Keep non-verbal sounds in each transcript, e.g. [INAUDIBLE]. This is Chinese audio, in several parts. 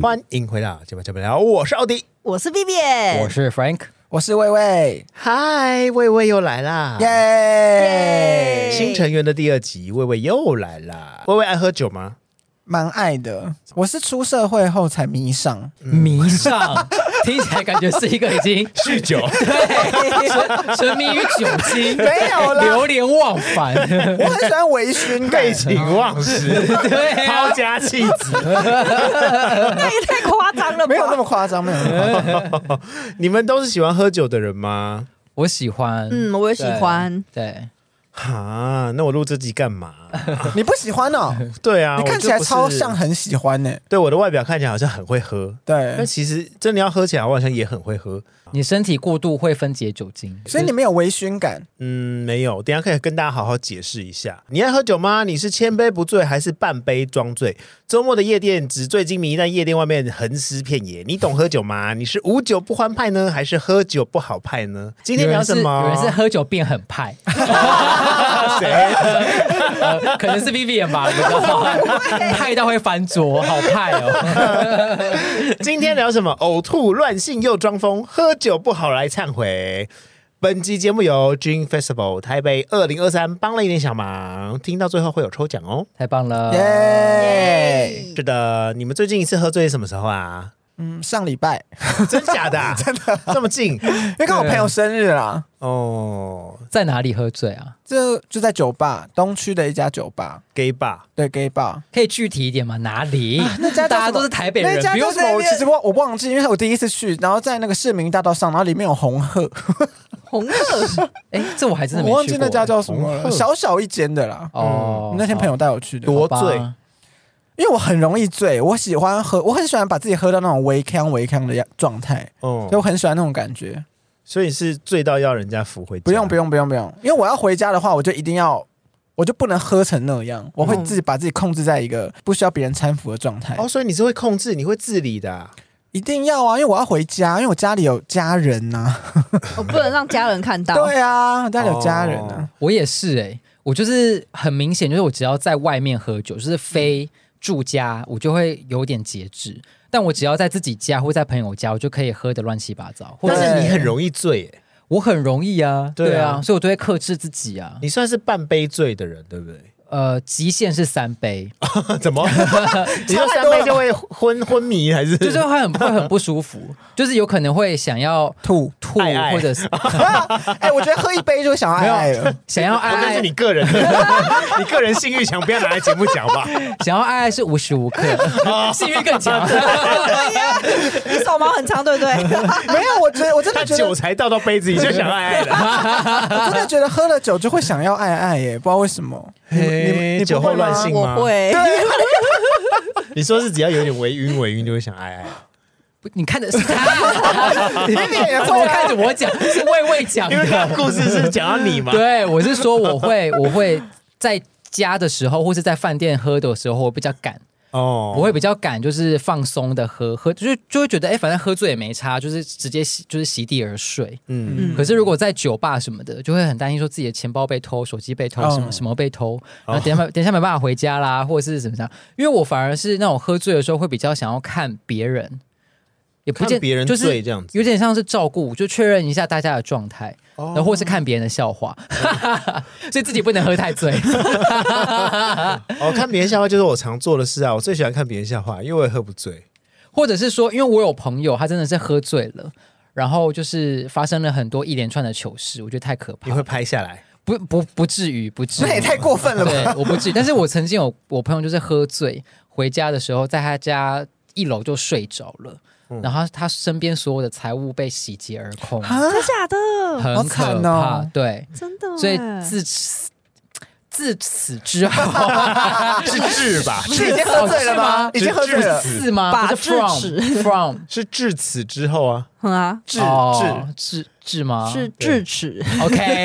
欢迎回到节目，节目聊，我是奥迪，我是 Vivian，[LAUGHS] 我是嗯 Frank，我是魏魏，嗨，魏魏又来啦，耶！新成员的第二集，魏魏又来啦。魏魏爱喝酒吗？蛮爱的，我是出社会后才迷上，迷上听起来感觉是一个已经酗 [LAUGHS] 酒，对沉沉迷于酒精， [LAUGHS] 没有啦流连忘返， [LAUGHS] 我很喜欢微醺感废。寝忘 [LAUGHS] 食，对啊抛家弃子。那也哎太夸张了吧？没有那么夸张，没有那么夸张。你们都是喜欢喝酒的人吗？我喜欢，嗯，我也喜欢。对，哈，那我录这集干嘛？你不喜欢哦？对啊，你看起来我就不是超像，很喜欢呢。对我的外表看起来好像很会喝，但对，其实真的要喝起来，我好像也很会喝。你身体过度会分解酒精，所以你没有微醺感。嗯，没有，等一下可以跟大家好好解释一下。你爱喝酒吗？你是千杯不醉，还是半杯装醉？周末的夜店纸醉金迷，但夜店外面横尸遍野。你懂喝酒吗？你是无酒不欢派呢，还是喝酒不好派呢？今天聊什么？有人是有人是喝酒变很 [LAUGHS] 派， [LAUGHS] 谁？呃可能是 Vivian 吧，你知道 [LAUGHS] 吗？ [LAUGHS] 派到会翻桌，好派哦。今天聊什么？呕吐、乱性又装疯，喝酒不好来忏悔。本集节目由 Dream Festival 台北二零二三帮了一点小忙，听到最后会有抽奖哦。太棒了，哎耶！是的，你们最近一次喝醉是什么时候啊？嗯，上礼拜， [LAUGHS] 真假的、真的、这么 [LAUGHS] 近因为刚好我朋友生日啦，哦在哪里喝醉啊？这就在酒吧东区的一家酒吧， ，gay bar 对 gay bar。可以具体一点吗？哪里？啊那家叫大家什么都是台北人那，家不叫用什么？我说其实我我忘记，因为我第一次去，然后在那个市民大道上，然后里面有红鹤，红色哎，这我还真的没去我忘记过哎那家叫什么红鹤了，小小一间的啦。哦。那天朋友带我去的，多好吧醉因为我很容易醉，我喜欢喝，我很喜欢把自己喝到那种微康微康的样状态，哦所以，我很喜欢那种感觉。所以是醉到要人家扶回家？不用不用不用不用，因为我要回家的话，我就一定要，我就不能喝成那样，我会自己把自己控制在一个不需要别人搀扶的状态。哦，所以你是会控制，你会自理的啊、一定要啊，因为我要回家，因为我家里有家人呐、我哦不能让家人看到。对啊，家里有家人呐、我也是哎、我就是很明显，就是我只要在外面喝酒，就是非住家，我就会有点节制。但我只要在自己家或在朋友家，我就可以喝的乱七八糟，或但者是对你很容易醉、欸耶我很容易啊，对啊对啊，所以我都会克制自己啊。你算是半杯醉的人，对不对？呃，极限是三杯， [LAUGHS] 怎么？ [LAUGHS] 你说三杯就会昏昏迷还是？就是会很会很不舒服，就是有可能会想要。吐吐，爱爱或 [LAUGHS] 者是 [LAUGHS] 哎、我觉得喝一杯就会想要爱爱了。想要我觉得爱是爱你，个 [LAUGHS] 人，你个人性欲强，不要拿来节目讲吧。想要爱爱是无时 [LAUGHS] 无刻，性欲更强。对呀，你手毛很长，对不对？ [LAUGHS] 没有，我觉得我真他的觉得，酒才倒到杯子里就想爱爱了，我 [LAUGHS] 真的觉得喝了酒就会想要爱爱耶，不知道为什么。你们你们嘿你酒不后会乱吗？性我吗？会，你说是只要有点微晕，微晕就会想爱爱。 [LAUGHS] 你看的是他，你明也会啊怎么看着我讲？是魏魏讲 [LAUGHS] 因为他的的。故事是讲到你嘛，对，我是说我会， [LAUGHS] 我会在家的时候，或是在饭店喝的时候，我比较敢，哦我会比较敢，就是放松的喝，喝就是就会觉得，哎、反正喝醉也没差，就是直接席就是席地而睡。嗯，嗯可是如果在酒吧什么的，就会很担心说自己的钱包被偷、手机被哦偷、什么嗯什么被偷，然后等一下没等一下没办法回家啦，或者是怎么样？因为我反而是那种喝醉的时候会比较想要看别人，也不看见别人就是醉这样子，有点像是照顾，就确认一下大家的状态，哦然后或是看别人的笑话， [LAUGHS] 所以自己不能喝太醉。 [LAUGHS] 哦，看别人笑话就是我常做的事啊，我最喜欢看别人笑话，因为我也喝不醉。或者是说，因为我有朋友他真的是喝醉了，然后就是发生了很多一连串的糗事，我觉得太可你怕会了，拍下来？不不不至于，不至于，那也太过分了吧！对，我不至于。但是我曾经有我朋友就是喝醉回家的时候，在他家一楼就睡着了，嗯然后他身边所有的财物被洗劫而空，啊，真假的？很可惨怕。哦对，真的耶。所以自此自此之后， [LAUGHS] 是至吧？是已经喝醉了吗？已经喝醉了是。是吗？把不智是 from 齿 from [LAUGHS] 是至此之后啊，嗯啊，至哦智智吗？是智齿，[LAUGHS] OK。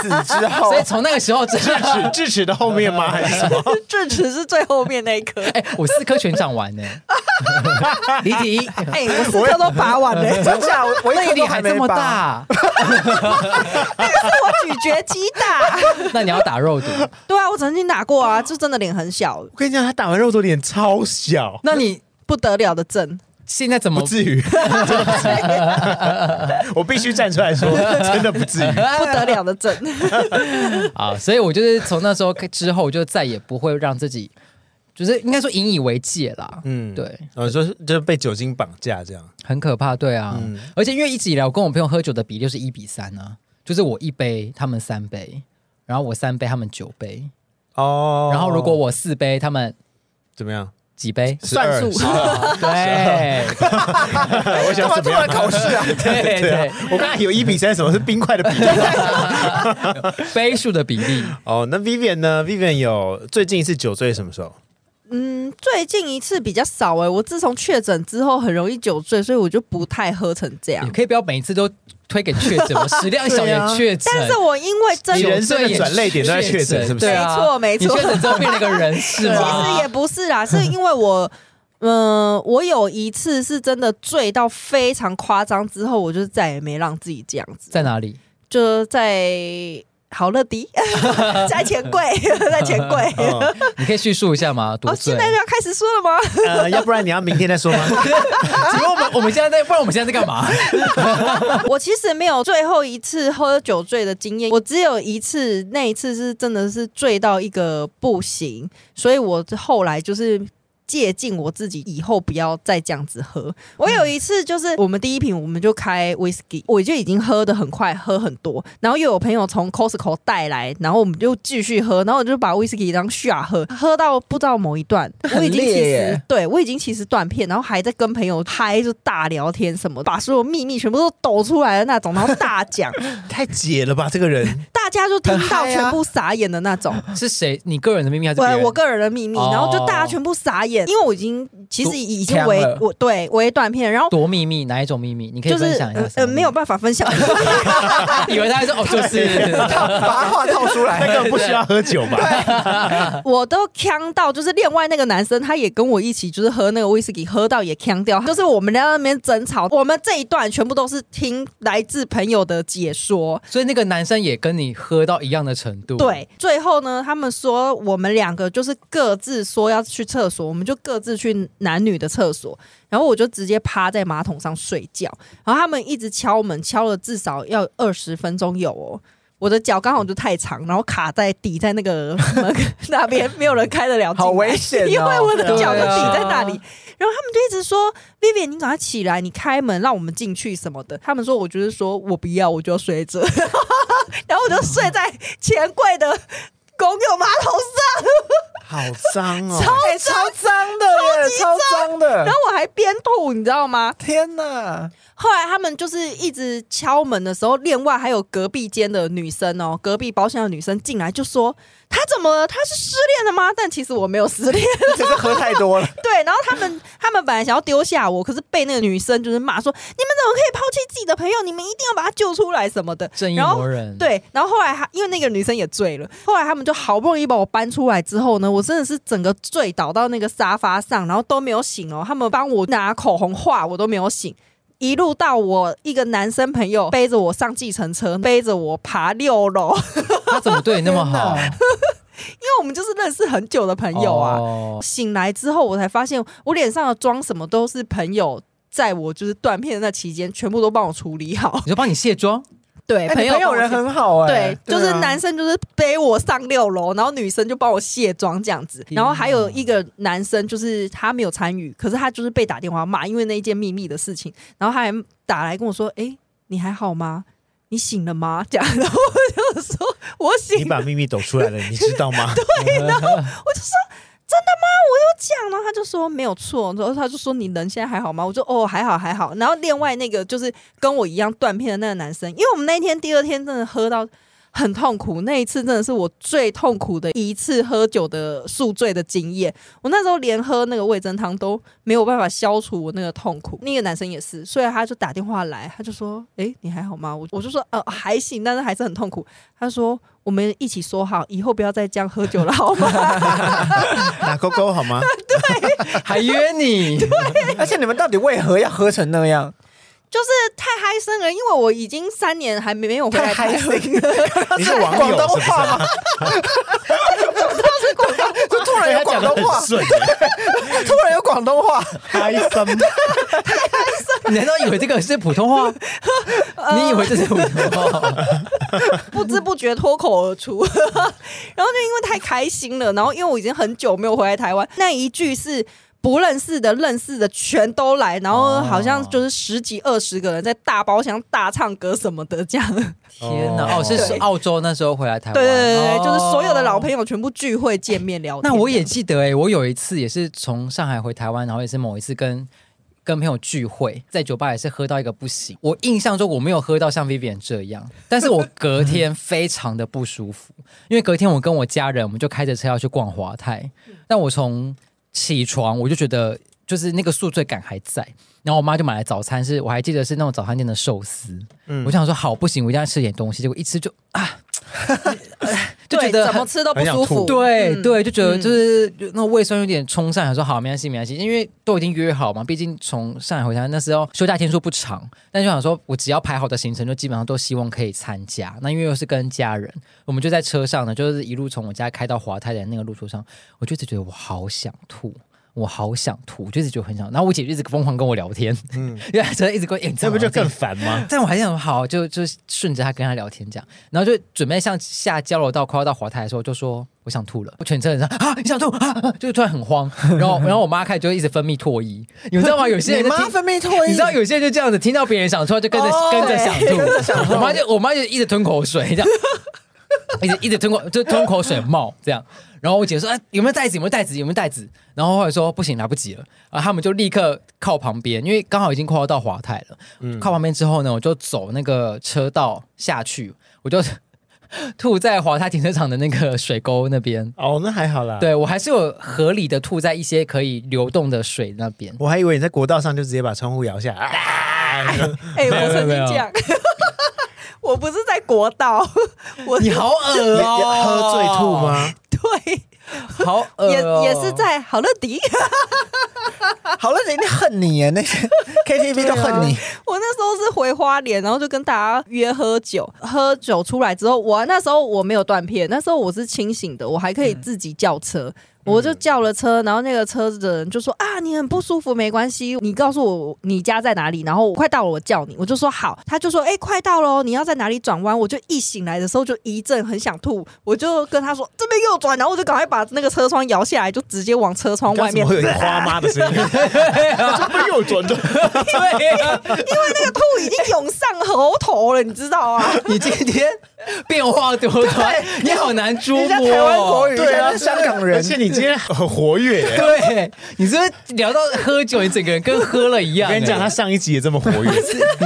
至此之后所以从那个时候之后，至至齿的后面吗？还是什么？ [LAUGHS] 智齿是最后面那一颗。哎，我四颗全掌完呢。李迪，哎，我四颗都拔完了，真假？我我一那颗你都还这没么拔。大，我咀嚼肌大。那你要打肉毒？对啊，我曾经打过啊，就真的脸很小。我跟你讲，他打完肉毒脸超小，那你不得了的症。现在怎么不至于，真的不 [LAUGHS] 至于哦我必须站出来说，真的不至于。不得了的症，啊？所以我就是从那时候之后，我就再也不会让自己，就是应该说引以为戒啦。嗯，对，哦，就是就是被酒精绑架这样。很可怕，对啊。嗯而且因为一直以来我跟我朋友喝酒的比例就是一比三啊，就是我一杯，他们三杯，然后我三杯，他们九杯，哦，然后如果我四杯，他们怎么样？？几杯算数 [LAUGHS] 对哎我想怎么样？考试 [LAUGHS] 啊？对对对啊，我刚才有一比三，什么是冰块的比例？杯数的比例，哦，那 Vivian 呢？Vivian 有最近一次酒醉什么时候？嗯，最近一次比较少哎、我自从确诊之后很容易酒醉，所以我就不太喝成这样你。可以不要每次都推给确 [LAUGHS] 诊，我食量小对也啊确诊。但是我因为真你的人生的转捩点都在确诊是不是对啊没错没错啊你确诊之后变了个人是吗？其实也不是 [LAUGHS] 啦，是因为我，嗯、我有一次是真的醉到非常夸张，之后我就再也没让自己这样子，在哪里？就在好乐迪， [LAUGHS] 在钱柜， [LAUGHS] 在钱 [LAUGHS] 柜。 [LAUGHS] 哦你可以叙述一下吗？多哦，醉现？在就要开始说了吗？呃，要不然你要明天再说吗？请问我们我们现在在，不然我们现在在干嘛？ [LAUGHS] 我其实没有最后一次喝酒醉的经验，我只有一次，那一次是真的是醉到一个不行，所以我后来就是。借鉴我自己，以后不要再这样子喝。我有一次就是我们第一瓶我们就开 whisky，我就已经喝的很快，喝很多，然后又有朋友从 Costco 带来，然后我们就继续喝，然后我就把 whisky 当下喝，喝到不知道某一段，我已经很其烈实耶对我已经其实断片，然后还在跟朋友嗨，就大聊天什么，把所有秘密全部都抖出来的那种，然后大讲， [LAUGHS] 太解了吧，这个人。大家就听很到嗨啊全部傻眼的那种。 [LAUGHS] 是谁？你个人的秘密还是别对人？哦我个人的秘密，然后就大家全部傻眼，因为我已经其实已经为呛了我对为断片，然后多秘密？哪一种秘密？你可以就是分享一下呃什么秘密。呃没有办法分享， [LAUGHS] 以为他 [LAUGHS] 还说哦，就是 [LAUGHS] 把他话套出那来。根本不需要喝酒吧？我都呛到，就是另外那个男生他也跟我一起，就是喝那个威士忌，喝到也呛掉，就是我们在那边争吵，我们这一段全部都是听来自朋友的解说，所以那个男生也跟你喝到一样的程度。对，最后呢，他们说我们两个就是各自说要去厕所，我们就各自去男女的厕所，然后我就直接趴在马桶上睡觉，然后他们一直敲门，敲了至少要二十分钟有哦。我的脚刚好就太长，然后卡在抵在那个门 [LAUGHS] 那边，没有人开得了进来，好危险哦 [LAUGHS] 因为我的脚就对啊抵在那里。然后他们就一直说：“Vivian，你赶快起来，你开门让我们进去什么的。”他们说：“我就是说我不要，我就要睡着。” [LAUGHS] 然后我就睡在钱柜的公有马桶上，好脏哦！哎，超脏的耶，超脏然的！后我还边吐，你知道吗？天哪，后来他们就是一直敲门的时候，另外还有隔壁间的女生哦，隔壁包厢的女生进来就说：“她怎么了？她是失恋了吗？”但其实我没有失恋。你真的喝太多了。 [LAUGHS] 对，然后他们他们本来想要丢下我，可是被那个女生就是骂说：“你们怎么可以抛弃自己的朋友？你们一定要把他救出来什么的。”正义然后魔人。，对，然后后来他因为那个女生也醉了，后来他们就好不容易把我搬出来之后呢，我真的是整个醉倒到那个沙发上，然后都没有醒哦。他们帮我拿口红画，我都没有醒。一路到我一个男生朋友背着我上计程车，背着我爬六楼，因 [LAUGHS] 他怎么对你那 [LAUGHS] 么好？为我们就是认识很久的朋友啊。哦醒来之后，我才发现我脸上的妆什么都是朋友在我就是断片的那期间，全部都帮我处理好。你说帮你卸妆，对， [LAUGHS] 哎， [LAUGHS] 你朋帮友我人处理很好哎对，，就是啊男生就是背我上六楼，然后女生就帮我卸妆这样子。天哪然后还有一个男生，就是他没有参与，可是他就是被打电话骂，因为那一件秘密的事情。然后他还打来跟我说：“哎、你还好吗？你醒了吗？”这样，然后我就说：“我 [LAUGHS] 你醒了。把秘密抖出来了，你知道吗？ [LAUGHS] 这样，然后他就说没有错，然后他就说你人现在还好吗？我就哦还好还好。然后另外那个就是跟我一样断片的那个男生，因为我们那一天第二天真的喝到很痛苦，那一次真的是我最痛苦的一次喝酒的宿醉的经验。我那时候连喝那个味噌汤都没有办法消除我那个痛苦。那个男生也是，所以他就打电话来，他就说：“诶，你还好吗？”我我就说：“呃，还行，但是还是很痛苦。”他说：“我们一起说好，以后不要再这样喝酒了，好吗？”打勾勾好吗？ [LAUGHS] 还约你， [LAUGHS] 而且你们到底为何要喝成那样？就是太嗨森了，因为我已经三年还没没有回来太嗨台湾，森了，你是网广友东是不是？话吗？是广东就突突哎然有广东 [LAUGHS] 话，顺，突然有广东 [LAUGHS] 话，嗨森，你难道以为这个是普 [LAUGHS] 通话？呃你以为这是普通话？不知不觉脱口而出，然后就因为太开心了，然后因为我已经很久没有回来台湾，那一句是不认识的、认识的全都来，然后好像就是十几二十个人在大包厢大唱歌什么的这样，天哪！哦，是是对澳洲那时候回来台湾，对哦对对对，就是所有的老朋友。友全部聚会见面聊天。那我也记得哎、我有一次也是从上海回台湾，然后也是某一次跟跟朋友聚会，在酒吧也是喝到一个不行。我印象中我没有喝到像 Vivian 这样，但是我隔天非常的不舒服， [LAUGHS] 因为隔天我跟我家人我们就开着车要去逛华泰，但我从起床我就觉得就是那个宿醉感还在，然后我妈就买来早餐是，我还记得是那种早餐店的寿司，嗯我想说好不行，我一定要吃点东西，结果一吃就啊， [LAUGHS] 就觉对得怎很么吃都不很舒想吐服，对、嗯对，就觉得就是那个胃酸有点冲上来，想说好没关系没关系，因为都已经约好嘛，毕竟从上海回台湾那时候休假天数不长，但就想说我只要排好的行程，就基本上都希望可以参加。那因为又是跟家人，我们就在车上呢，就是一路从我家开到华泰的那个路途上，我就一直觉得我好想吐。我好想吐，我就一直觉得很想，然后我姐就一直疯狂跟我聊天，嗯， [LAUGHS] 因为她真的一直跟我，哎、你知道这吗不就这个更烦吗？但我还是很好，就就顺着他跟他聊天这样，然后就准备向下交流道快要到华泰的时候，就说我想吐了，我全车人说啊你想吐啊，啊就突然很慌，然后然后我妈开始就一直分泌唾液，你们知道吗？有些你人就妈听分泌唾液，你知道有些人就这样子，听到别人想吐就跟着、哦跟着想对跟着想吐，吐我妈就我妈就一直吞口水这样，一直一直吞口就吞口水冒这样。然后我姐说：“哎，有没有袋子？有没有袋子？有没有袋子？”然后后来说：“不行，来不及了。”然后他们就立刻靠旁边，因为刚好已经快要到华泰了。靠旁边之后呢，我就走那个车道下去，我就 [LAUGHS] 吐在华泰停车场的那个水沟那边。哦，那还好啦。，对我还是有合理的吐在一些可以流动的水那边。我还以为你在国道上就直接把窗户摇下来。啊哎、没有我曾没有经这样，我不是在国道，我你好恶你哦、喝醉吐？吗？对、好恶、哦，也也 [LAUGHS] 是在好乐迪， [LAUGHS] 好了，人家恨你耶，那 [LAUGHS] 些 KTV 都恨你，我那时候是回花莲，然后就跟大家约喝酒，喝酒出来之后，我那时候我没有断片，那时候我是清醒的，我还可以自己叫车。我就叫了车，然后那个车子的人就说啊，你很不舒服，没关系，你告诉我你家在哪里，然后我快到了，我叫你。我就说好，他就说哎、快到了哦，你要在哪里转弯？我就一醒来的时候就一阵很想吐，我就跟他说这边右转，然后我就赶快把那个车窗摇下来，就直接往车窗外刚才怎面么会有一个花妈的声 [LAUGHS] 音？这边右转的，对因啊、为那个吐已经涌上喉头了，你知道啊？你今天变化多端，你好难捉摸、哦。人家台湾国语，人家是香港啊而人，且你今天很活跃耶。对，你是不是聊到喝酒，你整个人跟喝了一我样、跟你讲，他哎上一集也这么活 [LAUGHS] 跃，你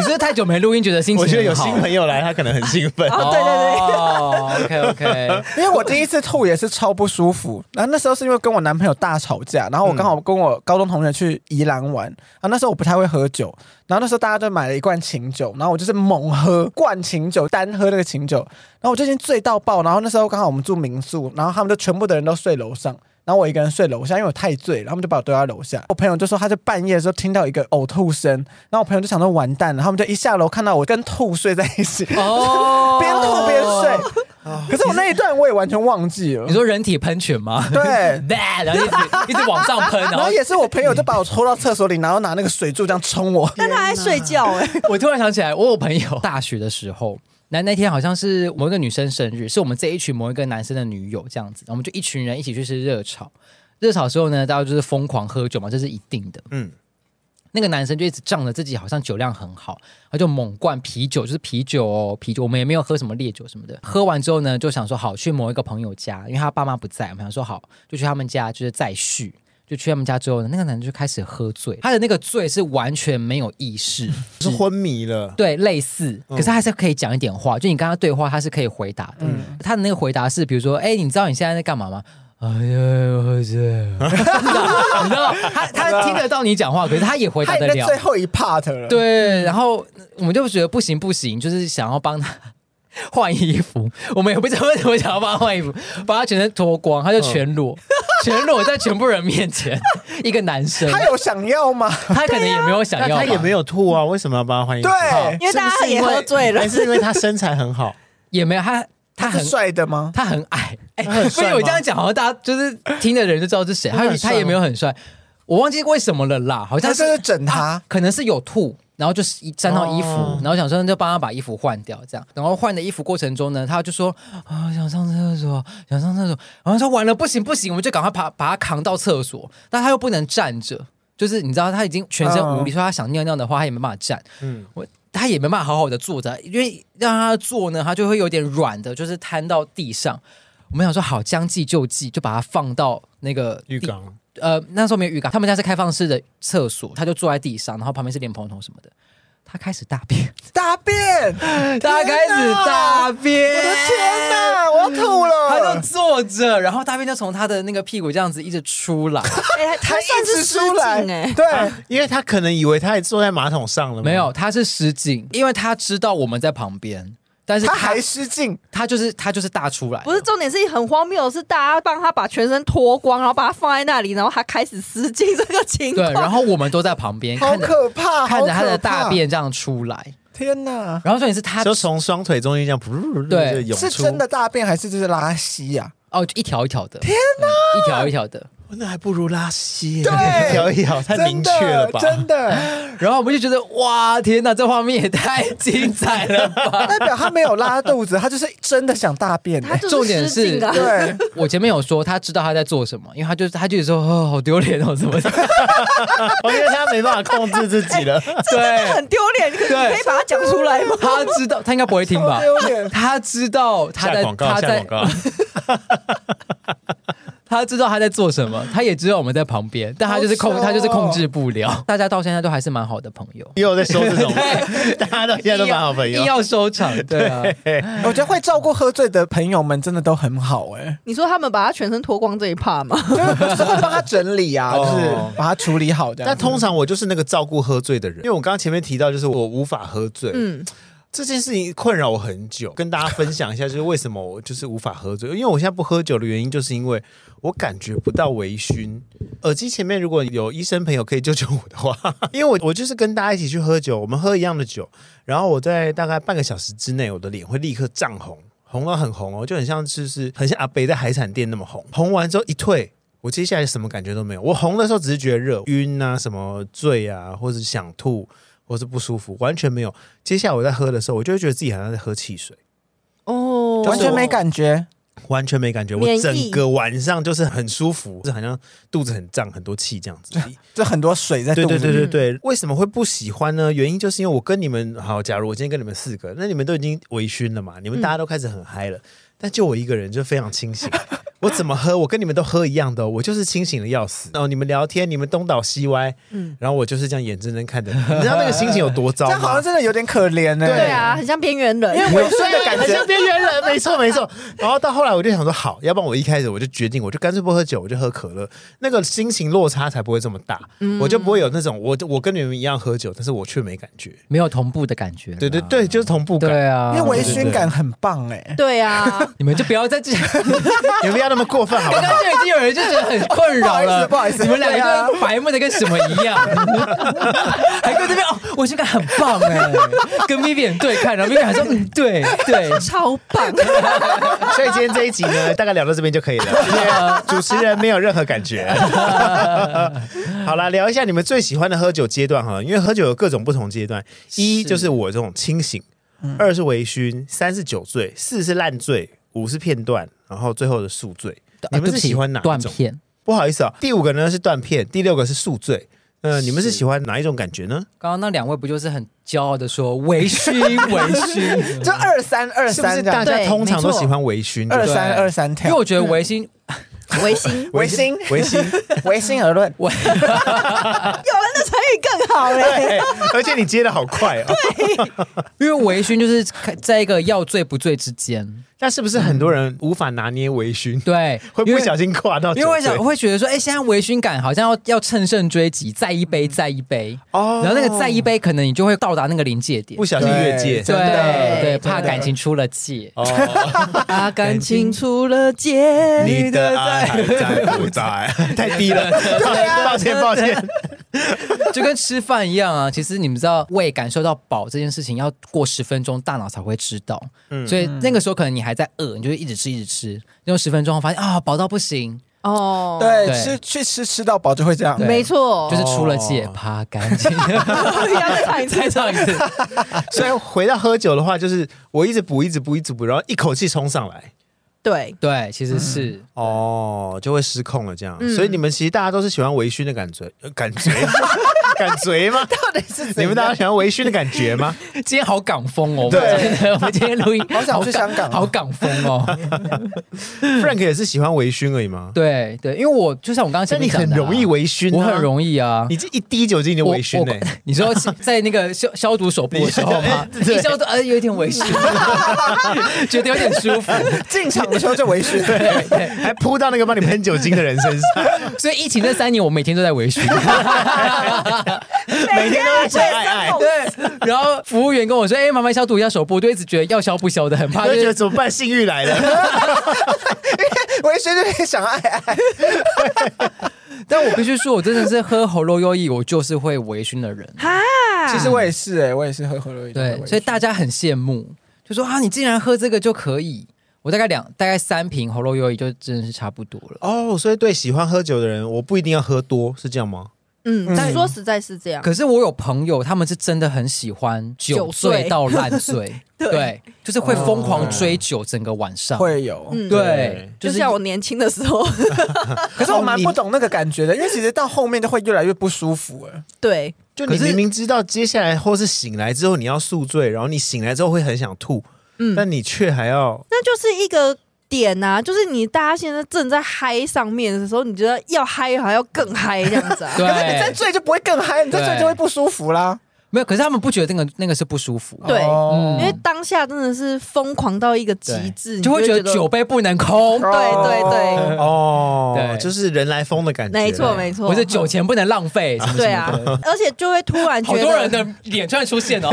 是不是太久没录音，觉得心情我觉得有很好啊新朋友来，他可能很兴奋。哦对对对对、o k OK，因为我第一次吐也是超不舒服，然后那时候是因为跟我男朋友大吵架，然后我刚好跟我高中同学去宜兰玩，然后那时候我不太会喝酒，然后那时候大家都买了一罐琴酒，然后我就是猛喝灌琴酒，单喝那个琴酒，然后我就已经醉到爆，然后那时候刚好我们住民宿，然后他们就全部的人都睡楼上。然后我一个人睡楼下，因为我太醉了，他们就把我丢在楼下。我朋友就说，他就半夜的时候听到一个呕吐声，然后我朋友就想说完蛋了，他们就一下楼看到我跟吐睡在一起，哦边吐边睡。可是我那一段我也完全忘记了你。说人体喷泉吗？ [LAUGHS] 对然后一直一直往上喷，然然后后也是我朋友就把我拖到厕所里，然后拿那个水柱这样 [LAUGHS] 冲我。但他还睡觉哎、我突然想起来，我有朋友 [LAUGHS] 大学的时候。那那天好像是某一个女生生日，是我们这一群某一个男生的女友这样子，我们就一群人一起去吃热炒。热炒之后呢，大家就是疯狂喝酒嘛，这是一定的。嗯嗯，那个男生就一直仗着自己好像酒量很好，他就猛灌啤酒，就是啤酒哦，啤酒。我们也没有喝什么烈酒什么的。喝完之后呢，就想说好去某一个朋友家，因为他爸妈不在，我们想说好就去他们家，就是再续。就去他们家之后呢，那个男的就开始喝醉，他的那个醉是完全没有意识，是昏迷了，对，类似，可是他还是可以讲一点话，就你跟他对话，他是可以回答的。他的那个回答是，比如说，哎、你知道你现在在干嘛吗？哎呀，我喝醉了，你知道，他他听得到你讲话，可是他也回他答已得经在了。最后一 part 了，，对，然后我们就觉得不行不行，就是想要帮他 [LAUGHS] 换衣服，我们也不知道为什么想要帮他换衣服，把他全身脱光，他就全裸，全裸在全部人面前，一个男生，他有想要吗？他可能也没有想那要吧，他也没有吐啊，为什么要帮他换衣服？对好因为大家是不是也喝醉了 [LAUGHS] 还是因为他身材很好？也没有他。他很是帅的吗？他很矮，[LAUGHS] 哎、他很所帅以吗我这样讲，好像大家就是听的人就知道是谁。他他很帅他也没有很帅，我忘记为什么了啦，好像他是就是整他啊，可能是有吐。然后就是一沾到衣服，哦然后想说那就帮他把衣服换掉，这样。然后换的衣服过程中呢，他就说啊、想上厕所，想上厕所。然后说完了不行不行，我们就赶快把把他扛到厕所。但他又不能站着，就是你知道他已经全身嗯无力，说他想尿尿的话他也没办法站。嗯，他也没办法好好的坐着，因为让他坐呢，他就会有点软的，就是瘫到地上。我们想说好将计就计，就把他放到那个浴地。缸呃，那时候没有浴缸，他们家是开放式的厕所，他就坐在地上，然后旁边是莲蓬头什么的。他开始大便，大便！哎他开始大便，我的天哪，我要吐他就了！坐着，然后大便就从他的那个屁股这样子一直出来。哎，他他算一是直失出来禁，哎，对，因为他可能以为他也坐在马桶上了吗，没有，他是失禁，因为他知道我们在旁边，但是他他还失禁，他就是他就是大出来了，不是重点是很荒谬的是，大家帮他把全身脱光，然后把他放在那里，然后他开始失禁这个情对，况，然后我们都在旁边好看着可怕！看着他好可的怕大！便这样出来，天哪，然后重点是他就从双腿中间这样噗噗噗对就涌出，是真的大便还是就是拉稀啊呀？哦就一条一条的，天哪，一条一条的，哦那还不如拉稀耶，对一条一条太明确了吧？真的，真然后我们就觉得哇天哪，这画面也太精彩了 [LAUGHS] 吧！ [LAUGHS] 的代表他没有拉肚子，他就是真的想大便欸。他就重点是是失禁啊。 [LAUGHS] 对，我前面有说他知道他在做什么，因为他就他就是说哦好丢脸哦什么的，我觉得哦他没办法控制自己了。对，很丢脸，你可以对你可以把它讲出来吗？ [LAUGHS] 他知道他应该不会听吧超？丢脸他知道他下在广告，他下在广 [LAUGHS] 告，他知道他在做什么，他也知道我们在旁边，但他就是控好糗哦他就是控制不了。大家到现在都还是蛮好的朋友。因为我在说这种， [LAUGHS] 大家到现在都蛮好朋一友定。要收场，对啊，我觉得会照顾喝醉的朋友们真的都很好哎，你说他们把他全身脱光这一趴吗？就是会帮 [LAUGHS] 他整理啊，哦就是把他处理好的。但通常我就是那个照顾喝醉的人，因为我刚刚前面提到，就是我无法喝醉，嗯，这件事情困扰我很久，跟大家分享一下，就是为什么我就是无法喝醉，因为我现在不喝酒的原因，就是因为我感觉不到微醺。耳机前面如果有医生朋友可以救救我的话， [LAUGHS] 因为我我就是跟大家一起去喝酒，我们喝一样的酒，然后我在大概半个小时之内，我的脸会立刻涨红，红到很红哦，就很像就是很像阿北在海产店那么红，红完之后一退。我接下来什么感觉都没有。我红的时候只是觉得热、晕啊、什么醉啊，或是想吐，或是不舒服，完全没有。接下来我在喝的时候，我就会觉得自己好像在喝汽水，哦完全没感觉，完全没感觉。免我疫整个晚上就是很舒服，就是好像肚子很胀，很多气这样 [LAUGHS] 子。就很多水在肚对子对里。对对对，为什么会不喜欢呢？原因就是因为我跟你们好，假如我今天跟你们四个，那你们都已经微醺了嘛，你们嗯大家都开始很嗨了，但就我一个人就非常清醒。 [LAUGHS] 我怎么喝，我跟你们都喝一样的哦、我就是清醒的要死。然后你们聊天，你们东倒西歪，嗯然后我就是这样眼睁睁看着你，你知道那个心情有多糟 [LAUGHS] 这吗？样好像真的有点可怜欸呢。对啊，很像边缘 [LAUGHS] 人，啊因为微醺的感很像觉，边缘人，没错没错。然后到后来我就想说，好，要不然我一开始我就决定，我就干脆不喝酒，我就喝可乐，那个心情落差才不会这么大，我就不会有那种我我跟你们一样喝酒，但是我却没感觉。没有同步的感觉。对对，对，就是同步感。对啊，因为微对对醺对感很棒哎。对 [LAUGHS] 啊，你们就不要再这，刚你们不要那么过分，好不刚好？就已经有人就觉得很困扰了，不好意思不好意思你们两对啊个白目的跟什么一 [LAUGHS] 样，还跟这边哦，我觉得很棒哎，跟 Vivian 对看，然后 Vivian 还说嗯对对，超棒，所以今天这一集呢，大概聊到这边就可以了。因为主持人没有任何感觉。好啦，聊一下你们最喜欢的喝酒阶段哈，因为喝酒有各种不同阶段，一是就是我这种清醒，二是微醺，三是酒醉，四是烂醉，五是片段，然后最后的宿醉。你们对不是起喜欢哪一啊断种？片？不好意思啊，第五个呢是断片，第六个是宿醉。呃，你们是是喜欢哪一种感觉呢？刚刚那两位不就是很骄傲的说微醺微醺？ [LAUGHS] 就二三二是不是三这大样，家对通常都没错喜欢微醺？二就是三对二三因为跳我，觉得微醺 [LAUGHS] 微醺，唯心微醺，唯心而论。 [LAUGHS] 有人的成语更好欸嘞，对，而且你接的好快哦。因为微醺就是在一个要醉不醉之间，那是不是很多人无法拿捏微醺，对，会因不为小心跨到酒因为醉？会想会觉得说，哎、现在微醺感好像要要乘胜追击，再一杯，再一杯，哦然后那个再一杯，可能你就会到达那个临界点不。小心越界，对真的对，真的怕感情出了界。哦，把感情出了界，你的爱还在不在？太低了，抱歉抱歉。就跟吃饭一样啊。其实你们知道，胃感受到饱这件事情要过十分钟，大脑才会知道。嗯所以那个时候可能你还在饿，你就会一直吃一直吃，用十分钟后发现啊饱到不行，哦，对，对吃去吃吃到饱就会这样对。没哦错，哦就是出了解趴干净。 [LAUGHS] [LAUGHS] 要再唱一次再唱一次，所以回到喝酒的话，就是我一直补，一直补，一直补，然后一口气冲上来，对，对，其实是哦，就会失控了这样。嗯所以你们其实大家都是喜欢微醺的感觉，呃感觉，感觉吗？到底是怎你们大家样？喜欢微醺的感觉吗？今天好港风哦。我们对今天我们今天 [LAUGHS] 录音好想去香啊港哦好港风哦。 Frank 也是喜欢微醺而已吗？对对，因为我就像我刚刚前但面你讲的啊，很容易微醺、啊，我很容易啊。你这一滴酒精就微醺我嘞、我 [LAUGHS] 你说在那个消消毒手部的时候吗？你 [LAUGHS] 对一消毒，呃，有一点 [LAUGHS] 微醺， [LAUGHS] 觉得有点舒服。 [LAUGHS] 进场的时候就微醺，对对，还扑到那个帮你喷酒精的人身上， [LAUGHS] 所以疫情那三年，我每天都在微 [LAUGHS] 醺。每天都在对讲爱爱，三口对， [LAUGHS] 然后服务员跟我说：“哎、麻烦消毒一下手部。”我就一直觉得要消不消的，很 [LAUGHS] 怕就就觉得是。怎么办？性欲来了，微醺就会想爱爱。但我必须说，我真的是喝喉咙优异，我就是会微醺的人。哈，其实我也是哎，我也是喝喝了一点对微醺。，所以大家很羡慕，就说啊，你竟然喝这个就可以。我大概两大概三瓶喉咙优异就真的是差不多了。哦，所以对喜欢喝酒的人，我不一定要喝多，是这样吗？嗯，嗯说实在是这样，可是我有朋友，他们是真的很喜欢酒醉到烂醉， [LAUGHS] 对就是会疯狂追酒整个晚哦上。会有，嗯，对，就是像我年轻的时候，可是我蛮不懂那个感觉的，因为其实到后面就会越来越不舒服哎。对，就你可是明明知道接下来或是醒来之后你要宿醉，然后你醒来之后会很想吐，嗯，但你却还要那就是一个点呐、就是你大家现在正在嗨上面的时候，你觉得要嗨还要更嗨这样子啊？ [LAUGHS] 对可是你再醉就不会更嗨，你再醉就会不舒服啦。没有，可是他们不觉得那个那个是不舒服，对哦嗯因为当下真的是疯狂到一个极致，你就会觉觉得酒杯不能空，对对对哦对，就是人来疯的感觉，没错没错，或者酒钱不能浪费，什么对啊，而且就会突然觉好多人得，的脸突然 [LAUGHS] 出现哦。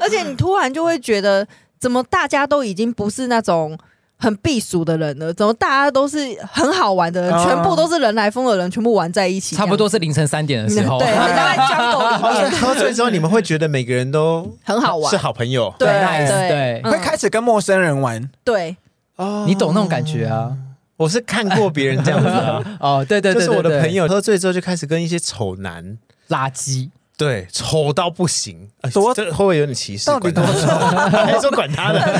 而且你突然就会觉得，怎么大家都已经不是那种。很避暑的人了，怎么大家都是很好玩的人，啊哦全部都是人来疯的人，全部玩在一起，差不多是凌晨三点的这时样候，啊对，大 [LAUGHS] 概江狗里哦。 [LAUGHS] 所以面喝醉之后，你们会觉得每个人都很好玩是，好朋友对 nice，对嗯对会开始跟陌生人玩，对，哦你懂那种感觉？啊？我是看过别人这样子啊， [LAUGHS] 哦，对对就对，是我对的对朋友喝醉之后就开始跟一些丑男，垃圾，对，丑到不行，哎多这会不会有点歧视？到底管他的 [LAUGHS] 还说管他的，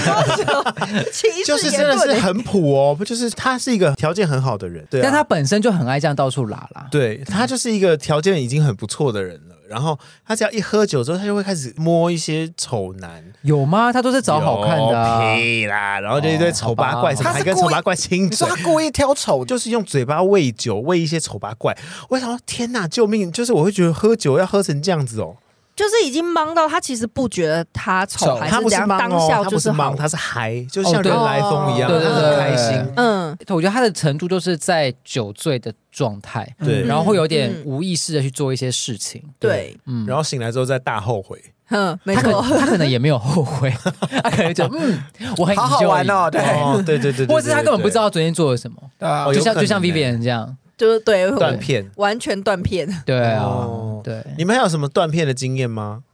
歧视 [LAUGHS] 就是言真的论是很普哦，不就是他是一个条件很好的人，对啊，但他本身就很爱这样到处拉啦。对他就是一个条件已经很不错的人了，然后他只要一喝酒之后，他就会开始摸一些丑男。有吗？他都是找好看的啊、有屁啦，然后就一堆丑八怪，哦什么好吧还跟丑八怪亲你说嘴，他故意挑丑就就是用嘴巴喂酒，喂一些丑八怪。我想说，天哪，救命！就是我会觉得喝酒要喝成这样子哦，就是已经忙到他其实不觉得他丑丑还他不怎是样，忙当哦，下他就不是好忙，。他是嗨，就哦像对人来疯一样，对对对啊很开心。嗯，我觉得他的程度就是在酒醉的状态，对然后会有点嗯无意识的去做一些事情。对，嗯，然后醒来之后再大后悔。嗯，没他可错，他可能也没有后 [LAUGHS] 悔，他可能就嗯，我很好好 enjoy 玩哦，，对，哦，对对对，对 [LAUGHS] 或者是他根本不对知。对道昨天做了什么，对啊哦就像有可能就像欸 Vivian 这样，就是对断片。完全断片。对啊哦，对，你们还有什么断片的经验吗？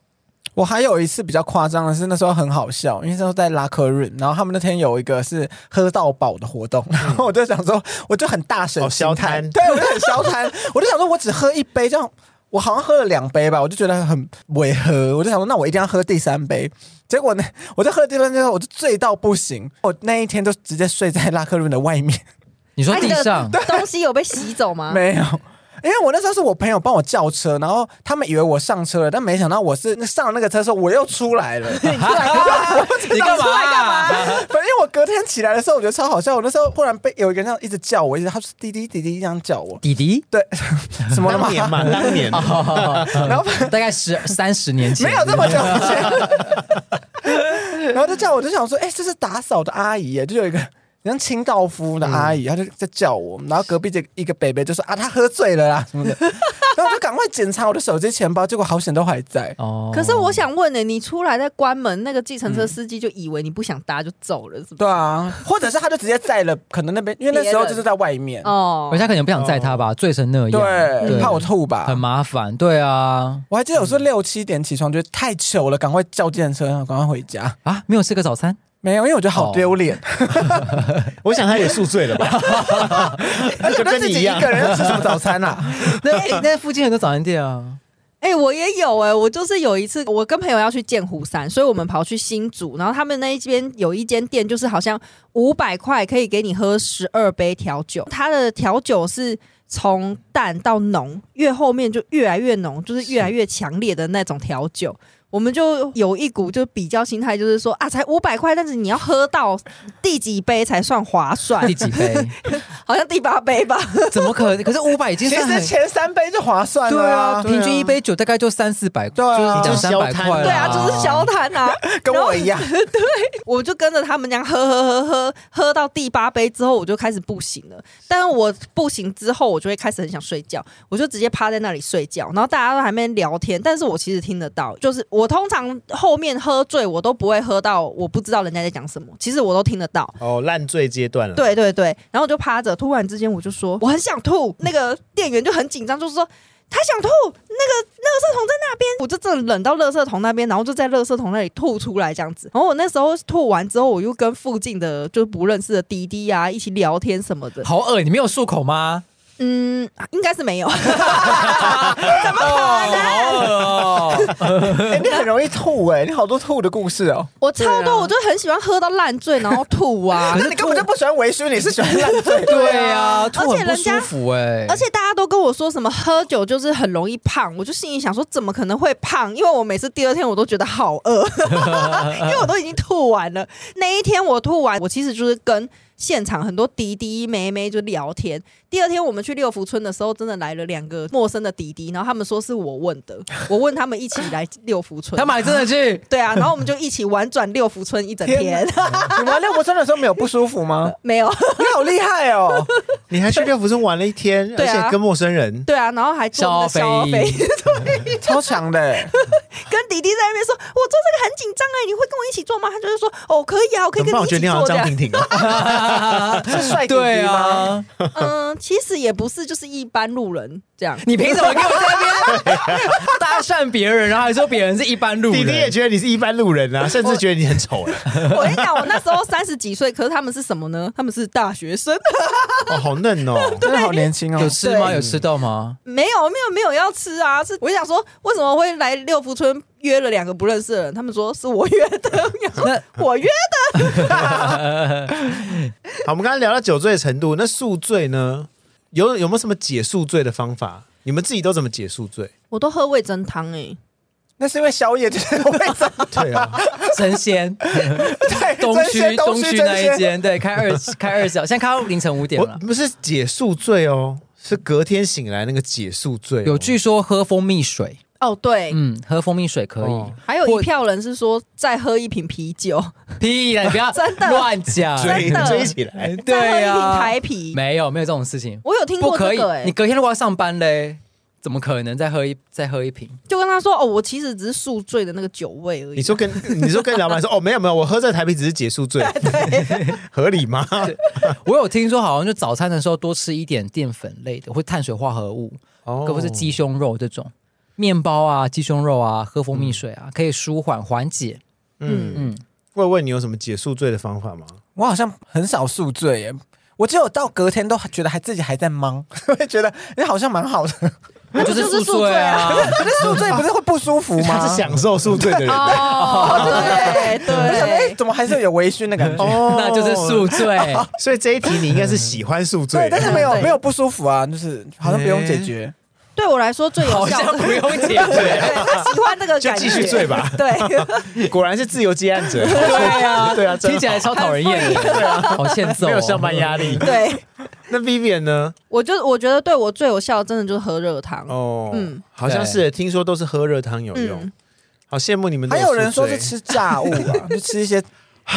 我还有一次比较夸张的是，那时候很好笑，因为那时候在拉科润，然后他们那天有一个是喝到饱的活动，然后我就想说，我就很大声嗯哦消心态摊对我就很消摊， [LAUGHS] 我就想说我只喝一杯，这样我好像喝了两杯吧，我就觉得很违和，我就想说那我一定要喝第三杯。结果呢， [LAUGHS] 我就喝了第三杯之后，我就醉到不行，我那一天就直接睡在拉科润的外面，你说地哎上你的东西有被洗走啊吗？没有。因为我那时候是我朋友帮我叫车，然后他们以为我上车了，但没想到我是那上了那个车的时候我又出来了，你干嘛 [LAUGHS] 啊？反正我隔天起来的时候，我觉得超好笑。我那时候忽然被有一个人这样一直叫我，一直他是滴滴滴滴这样叫我，弟弟， [LAUGHS] 对， [LAUGHS] 什么了当吗？年嘛，当年哦然后大概十三十年前，没有这么久以前，然后就叫我，就想说，哎、这是打扫的阿姨耶，就有一个。像清道夫的阿姨，她就在叫我，然后隔壁这一个北北就说啊，她喝醉了啦什么的，然然后我就赶快检查我的手机、钱包，结果好险都还在。哦可是我想问呢、欸你出来再关门，那个计程车司机就以为你不想搭就走了，是不对啊，或者是他就直接载了，可能那边因为那时候就是在外面是？，哦人，家可能不想载他吧，醉成那样，哦对，怕我吐吧很。麻烦。对啊，我还记得我是六七点起床，觉得太糗了，赶快叫计程车，然后赶快回家。啊，没有吃个早 [LAUGHS] 餐，没有，因为我觉得好丢脸，我想他也宿醉了吧，而且就 [LAUGHS] 我就跟自你一己一样。个人要吃什么 [LAUGHS] 早餐啊？那哎 [LAUGHS] 那附近很多早餐店啊，哎、我也有哎、我就是有一次，我跟朋友要去剑湖山，所以我们跑去新竹，然后他们那一边有一间店，就是好像五百块可以给你喝十二杯调酒，它的调酒是从淡到浓，越后面就越来越浓，就是越来越强烈的那种调酒。我们就有一股就比较心态，就是说啊，才五百块，但是你要喝到第几杯才算划算第？几杯？好像第八杯吧。怎么可能？可是五百已经其算实很前三杯就划算对了啊，平均一杯。杯酒大概就三四百，对啊就是就两是三消百块摊啦 [LAUGHS] 对啊，就是消摊啊。跟我一样， [LAUGHS] 我就跟着他们这样喝喝喝喝喝到第八杯之后，我就开始不行了。但是我不行之后，我就会开始很想睡觉，我就直接趴在那里睡觉。然后大家都还没聊天，但是我其实听得到，就是我通常后面喝醉，我都不会喝到我不知道人家在讲什么，其实我都听得到。哦，烂醉阶段了。对对对，然后我就趴着，突然之间我就说我很想吐，那个店员就很紧张，就是说。他想吐，那个垃圾桶在那边，我就真的冷到垃圾桶那边，然后就在垃圾桶那里吐出来这样子。然后我那时候吐完之后，我又跟附近的就不认识的滴滴啊一起聊天什么的。好恶，你没有漱口吗？嗯，应该是没 [LAUGHS] 有，好恶哦！ [LAUGHS] 哎你很容易吐哎、你好多吐的故事哦。我超多，我就很喜欢喝到烂醉，然后吐啊 [LAUGHS] 可。是你根本就不喜欢微醺，你是喜欢烂醉。对啊，吐而且很不人家舒服哎，而且大家都跟我说什么喝酒就是很容易胖，我就心里想说怎么可能会胖？因为我每次第二天我都觉得好饿， [LAUGHS] 因为我都已经吐完了。那一天我吐完，我其实就是跟现场很多滴滴妹妹就聊天。第二天我们去六福村的时候，真的来了两个陌生的滴滴，然后他们说是我问的，我问他们一起来六福村，他买真的去，对啊，然后我们就一起玩转六福村一整天， [LAUGHS] 你玩六国村的时候没有不舒服吗？ [LAUGHS] 没有。你好厉害 [LAUGHS] 哦！你还去六福村玩了一天，而对啊且跟陌生人。对啊，然后还做那个消消费费， [LAUGHS] 超强的、欸，跟弟弟在那边说，我做这个很紧张哎，你会跟我一起做吗？他就是说，哦，可以啊，我可以怎么跟你办？我一觉得你好像起做这张 [LAUGHS] 婷样。婷哦。是帅弟对弟吗？啊，嗯，其实也不是，就是一般路人这样。你凭什么给我在那边 [LAUGHS] 搭讪别人，然后还说别人是一般路弟弟人？也觉得你是一般路人啊，甚至觉得你很丑哎、 [LAUGHS] 我跟你讲，我那时候三十几岁，可是他们是什么呢？他们是大学生，哦，好嫩哦。真的好年轻哦有！吃吗？对有吃到吗？没有没有没有要吃啊。是我就想说，为什么会来六福村约了两个不认识的人？他们说是我约的， [LAUGHS] 我想说我约 [LAUGHS] 好，我们刚才聊到酒醉的程度，那宿醉呢？有有没有什么解宿醉的方法？你们自己都怎么解宿醉？我都喝味噌汤哎，那是因为宵夜就是味噌， [LAUGHS] 对 [LAUGHS] 啊，神仙对，东真区鲜东东区区那一真鲜。间，对，开二开二小，现在开到凌晨五点我了。不是解宿醉哦，是隔天醒来那个解宿醉哦、有据说喝蜂蜜水，哦 [LAUGHS] 对。嗯，喝蜂蜜水可哦以。还有或一票人是说再喝一瓶啤酒，屁啦，你不要 [LAUGHS] 真的乱讲。追真的追起来，再喝对一瓶呀台，啤。没有没有这种事情，我有听不过可这以个、欸，。你隔天如果要上班嘞，怎么可能再喝一再喝 [LAUGHS] 一瓶？就跟他说：“哦，我其实只是宿醉的那个酒味而已。”你说跟你说跟老板说哦，没有没有，我喝这台啤只是解宿醉， [LAUGHS] 合理吗？我有听说，好像就早餐的时候多吃一点淀粉类的，或碳水化合物，哦 [LAUGHS] 可不是鸡胸肉这种。面包啊，鸡胸肉啊，喝蜂蜜水嗯啊，可以舒缓缓解。嗯，嗯，问问你有什么解宿醉的方法吗？我好像很少宿醉耶，我只有到隔天都觉得还自己还在忙， [LAUGHS] 会觉得你好像蛮好的。那 [LAUGHS] 就就是是宿宿醉醉啊啊。 [LAUGHS] 可是宿醉不是会不舒服他吗？是享受宿醉的人。 [LAUGHS] 哦，对我想，哎，对，怎么还是有微醺的感觉？哦 [LAUGHS] [LAUGHS] 那就是宿醉。哦所以这一题你应该是喜欢宿醉对，但的，是没有对没有不舒服啊，就是好像不用解决。对我来说最有 [LAUGHS] 好效像的。不用解对决。他喜欢这个就感觉，继续醉吧。对，果然是自由接案者。对 [LAUGHS] 啊，对啊真好听起来超讨人厌的，对啊，好欠揍、哦，没有上班压力。对，那 Vivian 呢？我就我觉得对我最有效，的真的就是喝热汤。哦，嗯嗯，好像是，听说都是喝热汤有用嗯，好羡慕你们。 [LAUGHS] 还有人说是，吃炸物啊，就吃一些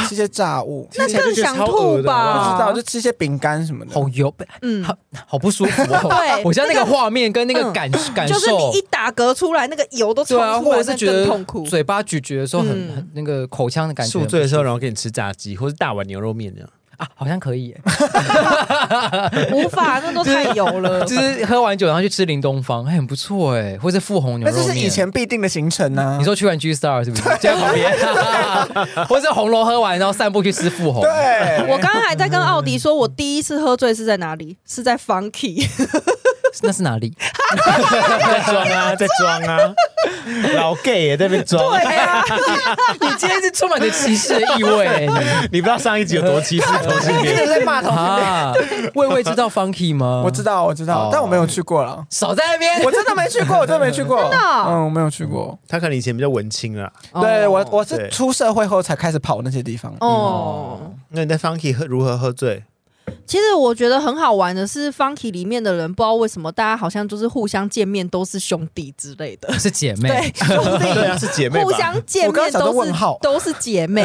吃一些炸物，那更想吐不吧知道就吃一些饼干什么的。好油，嗯，好哦好不舒服哦 [LAUGHS] 对。 [LAUGHS] 我现在那个画面跟那个嗯感感就是受你一，打嗝出来，那个油都冲出对啊，来，或者那是觉得更痛苦。嘴巴咀嚼的时候很嗯很那个口腔的感觉宿醉的时候，然后给你吃炸鸡或是大碗牛肉面这 [LAUGHS] 样。啊，好像可以耶，无法，那都太油 [LAUGHS] 了。就是喝完酒然后去吃林东方，哎，很不错哎，或者富红牛那肉这面。是以前必定的行程呢、啊。你说去完 G [LAUGHS] Star 是不是？就在旁啊边， [LAUGHS] 或者红楼喝完然后散步去吃富红。对，我刚刚还在跟奥迪说，我第一次喝醉是在哪里？是在 Funky， [LAUGHS] 那是哪里？ [LAUGHS] 在装啊，在装啊， [LAUGHS] 老 gay 也在那边装。对啊，你今天是充满着歧视的意味、欸，你不知道上一集有多歧视同性一恋。直在骂你同性恋。啊，魏魏知道 Funky 吗？我知道，道，我知道哦，但我没有去过了。少在那边。我真的没去过，我真的没去过。真的哦嗯，我没有去过。他可能以前比较文青啊啦。对我，我对是出社会后才开始跑那些地方。哦。那你在 Funky 喝如何喝醉？其实我觉得很好玩的是，Funky 里面的人不知道为什么，大家好像就是互相见面都是兄弟之类 [LAUGHS] 的， [LAUGHS] 是姐妹对，，兄弟对啊，是姐妹互吧？相见我刚面刚想都说是问号都是姐 [LAUGHS] 妹，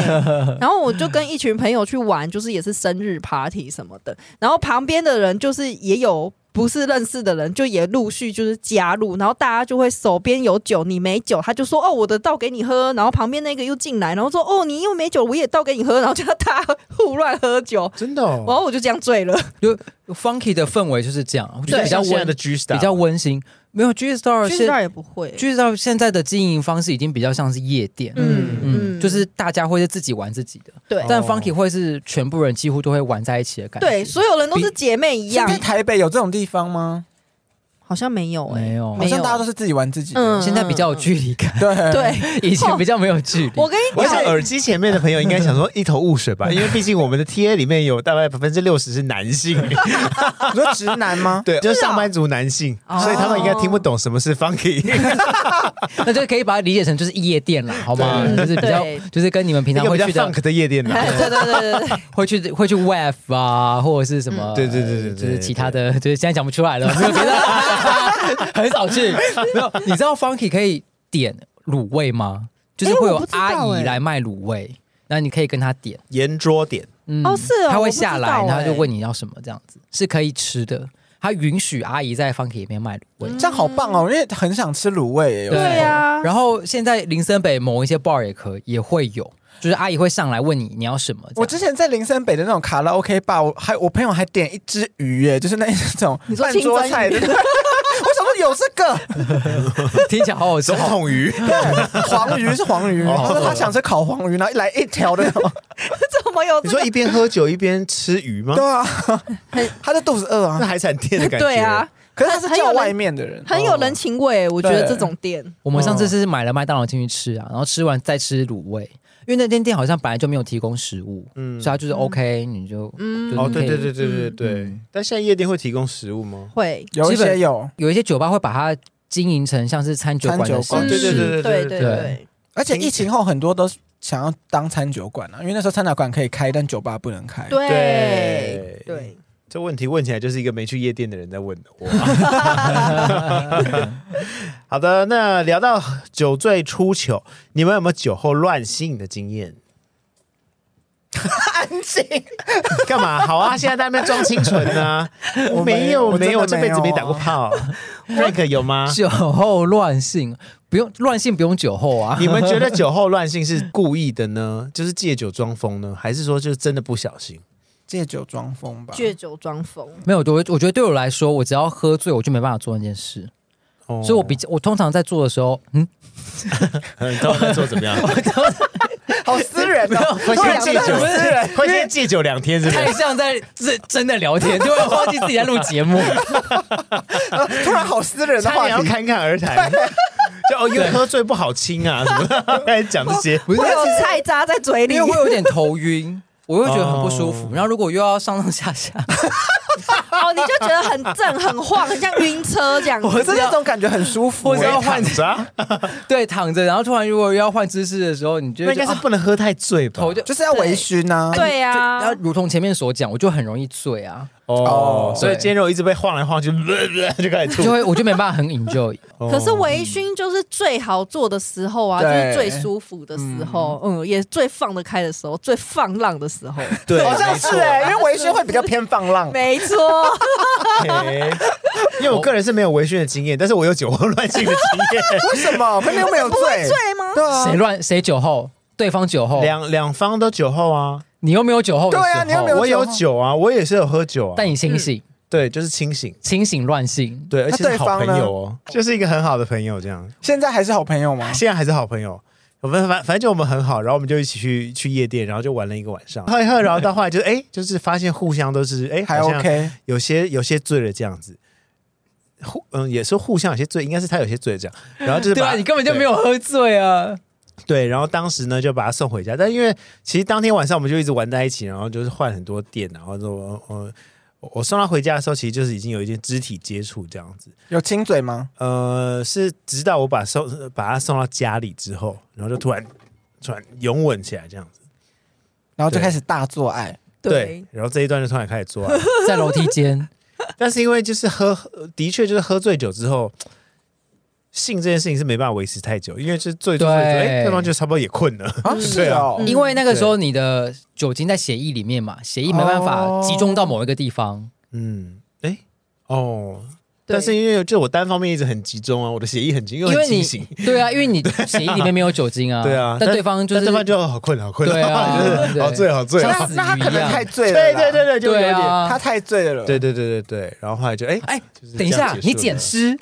然后我就跟一群朋友去玩，就是也是生日 party 什么的，然后旁边的人就是也有。不是认识的人，就也陆续就是加入，然后大家就会手边有酒，你没酒，他就说哦我的倒给你喝，然后旁边那个又进来，然后说哦你又没酒，我也倒给你喝，然后就大家 [LAUGHS] 互乱喝酒，真的然哦，后我就这样醉了。就 Funky 的氛围就是这样，我觉得对，比像较现在温的啊 G Star 比较温馨。没有 G Star 其实现倒也不会， G Star 现在的经营方式已经比较像是夜店，嗯嗯，嗯就是大家会是自己玩自己的，对但哦 Funky 会是全部人几乎都会玩在一起的感觉。对，所有人都是姐妹一现样在，台北有这种地方吗？好像没有哎、没有好像大家都是自己玩自己的。嗯现在比较有距离感，对，对， [LAUGHS] 哦以前比较没有距 [LAUGHS] 离。我跟你我想讲，耳机前面的朋友应该想说一头雾水吧，因为毕竟我们的 TA 里面有大概百分之六十是男性，你说直男 [LAUGHS] 吗？对，就是是啊上班族男性，哦所以他们应该听不懂什么是 funky，那就可以把它理解成就是夜店啦，好吗？对就是比较对，就是跟你们平一常个比会较去的， funk 的夜店 [LAUGHS] 啦。哎对对对 [LAUGHS] 对对，会去会去 wave 啊，或者是什么，嗯对对对对对就是其他的，就是现在讲不出来了，没有别的， [LAUGHS] 很少去。没有，你知道 Funky 可以点卤味吗？就是会诶我有不知道阿姨诶来卖卤味，然后你可以跟她点。圆桌点，嗯哦是哦他我会不下知来，道然后就欸问你要什么，这样子是可以吃的。他允许阿姨在 Funky 里面卖卤味。这样好棒哦，因为很想吃卤味耶。有时候嗯对啊然后现在林森北某一些 bar 也可以也会有，就是阿姨会上来问你你要什么。我之前在林森北的那种卡拉 OK 吧，我还我朋友还点一只鱼耶，就是那一种你说饭桌菜的。 [LAUGHS] 清我想说有这 [LAUGHS] 个，前听起来好好吃总，统鱼，对，黄鱼是黄鱼，哦他说他想吃烤黄鱼，然后一来一条的 [LAUGHS] 那种。怎么有 [LAUGHS] 你这说个？一边喝酒一边吃鱼吗对？啊， [LAUGHS] 他的肚子饿那啊，海产店的感觉。 [LAUGHS] 对啊，，可是他是很有叫人外面的人，很有人情味，我觉得对这种店。我们上次哦是买了麦当劳进去吃啊，然后吃完再吃卤味，因为那间店好像本来就没有提供食物，嗯所以他就是 OK，你就嗯哦，对对对，对对对对嗯。但现在夜店会提供食物吗？会，有一基些本有，有一些酒吧会把它经营成像是餐酒馆的餐哦，形酒对对对式。对对对对对，而且疫情后很多都想要当餐酒馆啊，因为那时候餐酒馆可以开，但酒吧不能开。对对对，这问题问起来就是一个没去夜店的人在问的。 [LAUGHS] 哇好的，那聊到酒醉出糗，你们有没有酒后乱性的经验？安静，干嘛？好啊，现在在那边装清纯呢、我我没没有，我真的没有，这辈子没没有啊打过炮。Frank 有吗？酒后乱性，不用乱性不用酒后啊。你们觉得酒后乱性是故意的呢，就是借酒装疯呢，还是说就是真的不小心？借酒装疯吧。借酒装疯。没有，我我觉得对我来说，我只要喝醉，我就没办法做那件事。哦所以我比较，我通常在做的时候，嗯， [LAUGHS] 你知道我在做怎 [LAUGHS] 么样？好私人哦，会突然先戒觉得酒很私人。，会先戒酒两天，是不太是？像在真真的聊天，就会忘记自己在录 [LAUGHS] 节目。 [LAUGHS] 突然好私人的差话点要题。侃侃而谈， [LAUGHS] 就哦，因为喝醉不好亲啊， [LAUGHS] 什么开始讲这些。不是会有菜渣在嘴里因为，会有点头晕，我会觉得很不舒哦服。然后如果又要上上下下，哦，你就觉得很震、很晃，很像晕车这样子。我是那种感觉很舒服、我知欸道我躺着啊，对，躺着，然后突然如果要换姿势的时候，你就那会应该觉得是不能喝太醉吧？头就就是要微醺啊。对呀、然后如同前面所讲，我就很容易醉 [LAUGHS] 啊，哦哦，所以对肩肉一直被晃来晃去， [LAUGHS] 就开始就吐。会我就没办法很 [LAUGHS] enjoy。哦可是微醺就是最好做的时候啊，就对是最舒服的时候，嗯，也最放得开的时候，最放浪的时 [LAUGHS] 候，对，好像没是错哎、因为微醺会比较偏放浪。没错。嘿因为我个人是没有微醺的经验，但是我有酒后乱性的经验。为什么？可你又没有不会醉，醉吗？对啊谁，乱谁酒后，对方酒后，两两方都酒后啊，你又没有酒后的时候，对啊你又没有我有酒啊，我也是有喝酒啊，但你清醒，对，就是清醒，清醒乱性，对，而且是对好方朋呢友哦，就是一个很好的朋友这样，现在还是好朋 [LAUGHS] 友吗？现在还是好朋友。我们反反正就我们很好，然后我们就一起去去夜店，然后就玩了一个晚上， [LAUGHS] 喝一喝，然后到后来就是哎、就是发现互相都是哎、还好像 OK，有些有些醉了这样子，互嗯也是互相有些醉，应该是他有些醉这样，然后就是对把啊，你根本就没有喝醉啊，对，然后当时呢就把他送回家，但因为其实当天晚上我们就一直玩在一起，然后就是换很多店，然后就我我我送他回家的时候，其实就是已经有一些肢体接触这样子，有亲嘴吗？呃，是直到我把送把他送到家里之后，然后就突然突然拥吻起来这样子，然后就对开始大做爱，对，然后这一段就突然开始做爱，在楼梯间， [LAUGHS] 但是因为就是喝，的确就是喝醉酒之后，性这件事情是没办法维持太久，因为就是醉醉醉，对哎、对方就差不多也困了。啊，嗯是哦，对啊因为那个时候你的酒精在血液里面嘛，血液没办法哦集中到某一个地方，嗯，哎、哦，对但是因为就我单方面一直很集中啊，我的血液很集，因为因很为清你醒。对啊，因为你血液里面没有酒精 [LAUGHS] 啊，对啊，但对方就但是对方就好困了，好困了，对啊就是对 [LAUGHS] 好醉，好醉。像好那醉那他可能太醉了，对对，对对，就有对点，啊，他太醉了，对，对对对对。然后后来就哎、哎就是等一这样下，结束你了捡尸，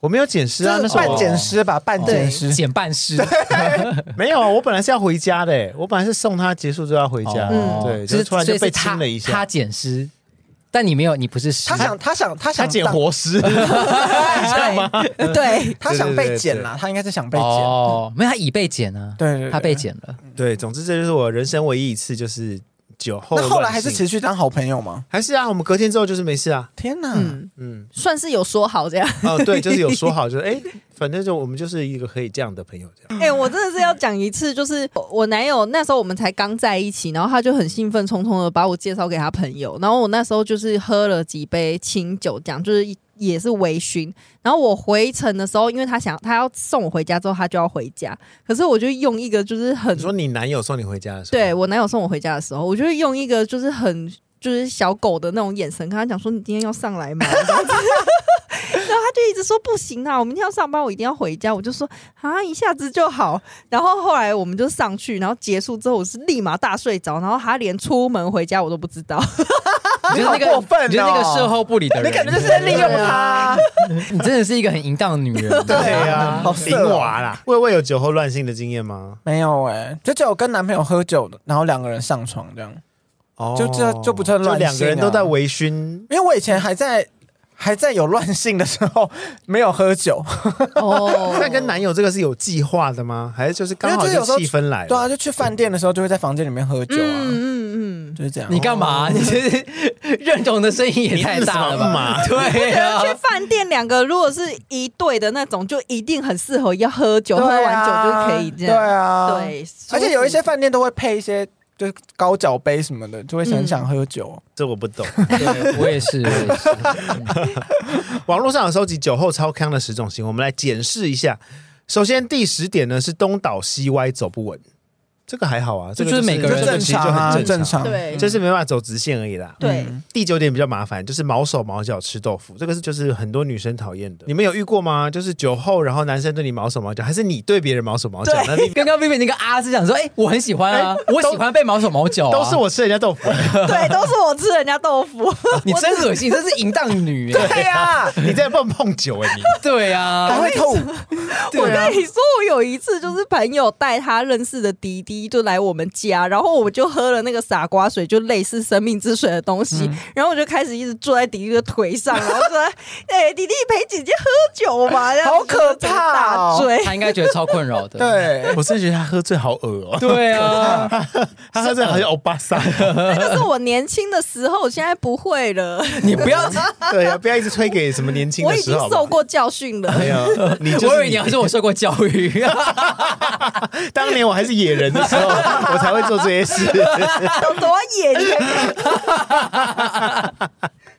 我没有捡尸啊，就那是时候半捡尸吧，半捡尸，捡半尸，没有啊，我本来是要回家的、欸我本来是送他结束就要回家，嗯哦对，嗯就是就突然所就以被是亲他了一下。他捡尸，但你没有，你不是啊尸，他想他想他他想捡当，活尸， [LAUGHS] 对，对，他想被对对对捡对啦，他应该是 [LAUGHS] 想被捡，哦，没有，他已被捡啊，对对对他被捡了，嗯对，总之这就是我人生唯一一次就是酒后乱那性。后来还是持续当好朋友吗？还是啊，我们隔天之后就是没事啊。天哪，嗯，嗯，算是有说好这 [LAUGHS] 样。哦，对，就是有说好，就是哎，反正就我们就是一个可以这样的朋友这嗯样。哎、我真的是要讲一次，就是我我男友那时候我们才刚在一起，然后他就很兴奋冲冲的把我介绍给他朋友，然后我那时候就是喝了几杯清酒，这样就是一也是微醺。然后我回程的时候，因为他想他要送我回家之后，他就要回家，可是我就用一个就是很你说你男友送你回家的时候，对，我男友送我回家的时候，我就会用一个就是很就是小狗的那种眼神跟他讲说：“你今天要上来吗？”然 [LAUGHS] 后他就一直说不行啊，我明天要上班，我一定要回家。我就说啊，一下子就好。然后后来我们就上去，然后结束之后，我是立马大睡着，然后他连出门回家我都不知 [LAUGHS] 道。你就是那个好过分哦你就是那个售后不理的人，你感觉就是在利用他， [LAUGHS] 你真的是一个很淫荡的女人，对呀，好淫色哦娃啦。魏魏有酒后乱性的经验吗？没有哎，就只有跟男朋友喝酒，然后两个人上床这样，哦就这就不算乱性啊两个人都在微醺。因为我以前还在还在有乱性的时候 [LAUGHS] 没有喝酒，哎哦那跟男友这个是有计划的吗？还是就是刚好没有就就是有时候气氛来了？对啊，就去饭店的时候就会在房间里面喝酒啊，嗯嗯嗯，就是这样。 [LAUGHS] 你干嘛？你这是认同的声音也太大了你吧？嘛？对啊，去饭店两个如果是一对的那种，就一定很适合要喝酒，喝对完啊酒就可以这对样。啊，对，而且有一些舒服饭店都会配一些就是高脚杯什么的，就会嗯很想喝酒。 [LAUGHS] 这我不懂。对我也是，我也是。网络上有收集酒后超康的十种行为，我们来检视一下。首先第十点呢是东倒西歪走不稳，这个还好啊，这这个就是每个这人个正其实就常啊，很正正常。常。对就是没办法走直线而已啦。对。嗯第九点比较麻烦，就是毛手毛脚吃豆腐，这个是就是很多女生讨厌的。你们有遇过吗？就是酒后，然后男生对你毛手毛脚，还是你对别人毛手毛脚？那你刚刚 Vivi 那个啊是想说，哎，我很喜欢啊，哎我喜欢被毛手毛脚啊，都是我吃人家豆腐， [LAUGHS] 对，都是我吃人家豆腐。你真恶心，这是淫荡女哎，啊对呀，啊你在碰碰酒哎、你对啊还，会吐，啊我跟你说，我有一次就是朋友带他认识的弟弟就来我们家，然后我就喝了那个傻瓜水，就类似生命之水的东西，嗯然后我就开始一直坐在弟弟的腿上，然后说：“哎、弟弟陪姐姐喝酒嘛。”这样子好可怕哦就是大醉。他应该觉得超困 [LAUGHS] 扰的。对， [LAUGHS] 我真的觉得他喝醉好恶哦、对啊，他喝醉好像欧巴桑。那个是我年轻的时候，我现在不会了，你不 [LAUGHS] 要， [LAUGHS] 对啊呀、不要一直推给什么年轻我的已时经候好不好。受过教训了。 [LAUGHS] 哎呀，你就我以是为你要说我受过教 [LAUGHS] 育，当年我还是野人的时候，我才会做这些 [LAUGHS] 事。有多野？你 [LAUGHS]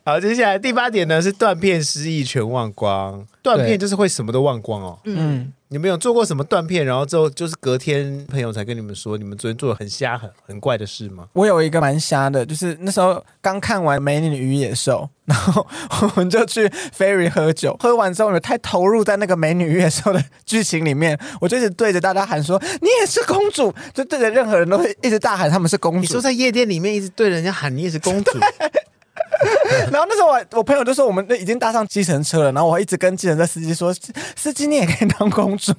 好，接下来第八点呢是断片失忆全忘光，断片就是会什么都忘光哦。嗯，你们有做过什么断片，然后之后就是隔天朋友才跟你们说，你们昨天做了很瞎很很怪的事吗？我有一个蛮瞎的，就是那时候刚看完《美女与野兽》，然后我们就去 ferry 喝酒，喝完之后我们太投入在那个《美女与野兽》的剧情里面，我就一直对着大家喊说：“你也是公主！”就对着任何人都会一直大喊他们是公你说主。在夜店里面一直对人家喊你也是 [LAUGHS] 公主，然后那时候我我朋友就说我们已经搭上计程车了，然后我还一直跟计程车司机说：“司机你也可以当公 [LAUGHS] 主。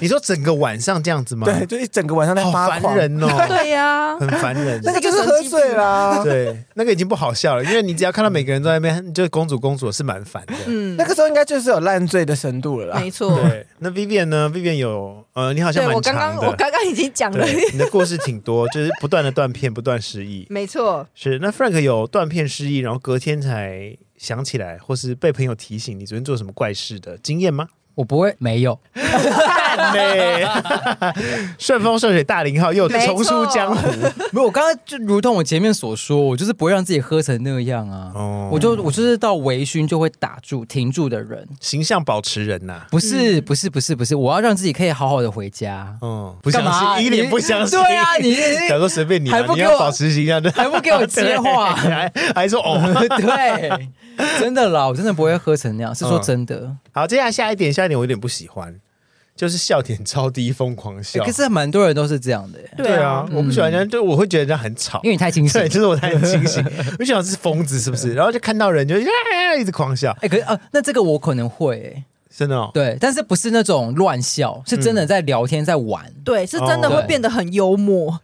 你说整个晚上这样子”吗？对，，就一整个晚上在好发烦狂。人哦，对呀、很烦人。那个就是喝醉啦、 [LAUGHS] 对，那个已经不好笑了，因为你只要看到每个人都在那边，就是公主公主是蛮烦的。嗯那，个时候应该就是有烂醉的深度了啦。没错。对，那 Vivian 呢？Vivian 有呃，你好像对蛮我长刚的。刚我刚刚已经讲了， [LAUGHS] 对，你的故事挺多，就是不断的断片，不断失忆。没错。是，那 Frank 有断片失忆，然后隔天才想起来，或是被朋友提醒你昨天做什么怪事的经 [LAUGHS] 验吗？我不会没有。蛋嘞顺风顺水大零号又没错重出江湖。没有，我刚刚就如同我前面所说，我就是不会让自己喝成那样啊。哦我就我就是到微醺就会打住、停住的人，形象保持人呐、不是、不是不是不是，我要让自己可以好好的回家。嗯，不干相嘛信，一脸不相信。你对啊，你想 [LAUGHS] 说随便你、啊，还不你给要我保持形象的，还不给我接话对 [LAUGHS] 还还说哦。 [LAUGHS] [LAUGHS] 对，真的啦，我真的不会喝成那样，是说真的。好，接下来下一点，下一点我有点不喜欢，就是笑点超低，疯狂欸笑。可是蛮多人都是这样的欸，对啊，我不喜欢人家，就我会觉得人家很吵因。为你太清醒对，。就是我太清 [LAUGHS] 醒，我就想是疯子是不是？然后就看到人就啊一直狂笑，哎、可是啊，那这个我可能会、欸，真的哦。对，但是不是那种乱笑，是真的在聊天，[LAUGHS] 在玩。对，是真的哦会变得很幽默。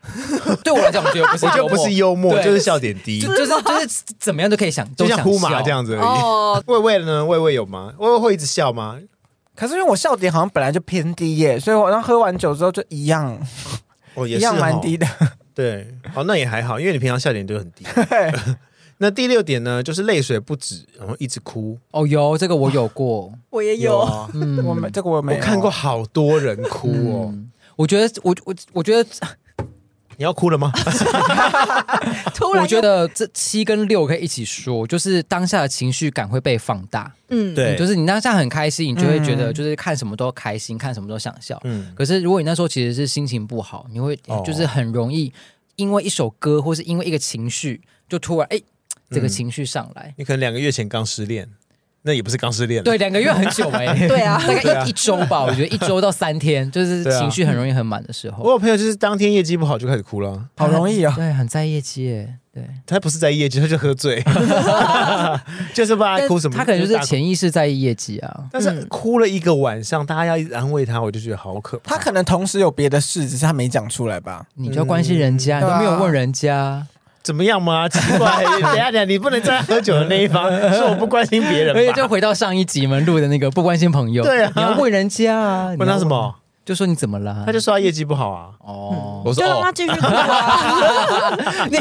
对我来讲，我觉得不是，我就不是幽默，对就是笑点低，就就是就是怎么样都可以想，就都像想呼麻笑这。样子而已。哦，魏魏呢？魏魏有吗？魏魏会一直笑吗？可是因为我笑点好像本来就偏低耶，所以我好像喝完酒之后就一样哦，也一是样蛮哦低的。对，哦，那也还好，因为你平常笑点就 [LAUGHS] 很低。对， [LAUGHS] 那第六点呢，就是泪水不止，然后一直哭。哦，有这个我有过， [LAUGHS] 我也有。啊，嗯，我没这个我没我有看过，好多人哭哦。嗯我觉得我我我觉得你要哭了吗？突然又，我觉得这七跟六可以一起说，就是当下的情绪感会被放大。嗯，对就是你当下很开心，你就会觉得嗯就是看什么都开心，看什么都想笑。嗯，可是如果你那时候其实是心情不好，你会哦就是很容易因为一首歌或是因为一个情绪，就突然哎、这个情绪上来。你可能两个月前刚失恋，那也不是刚失恋了，啊对，两个月很久哎、对啊大嗯 [LAUGHS] 对概啊一一周吧，我觉得一周到三天，就是对啊情绪很容易很满的时候我，有朋友就是当天业绩不好就开始哭了，啊好容易哦。对，很在业绩哎，对，他不是在业绩，他就喝 [LAUGHS] 醉，就是不知道他哭什么，他可能就大哭。是潜意识在意业绩啊，但是哭了一个晚上，大家要一直安慰他，我就觉得好可怕。他可能同时有别的事，只是他没讲出来吧。你就要关心人家，嗯你啊都没有问人家，怎么样吗？奇 [LAUGHS] 怪，等一下等一下，你不能站在喝酒的那一方，说我不关心别人而且就吧？回到上一集我们录的那个不关心朋友，啊对啊你要问人家啊，问他什么？你要？就说你怎么了？啊他就说他业绩不好啊。[LAUGHS] 哦，我就说让他哦，继续哭啊！你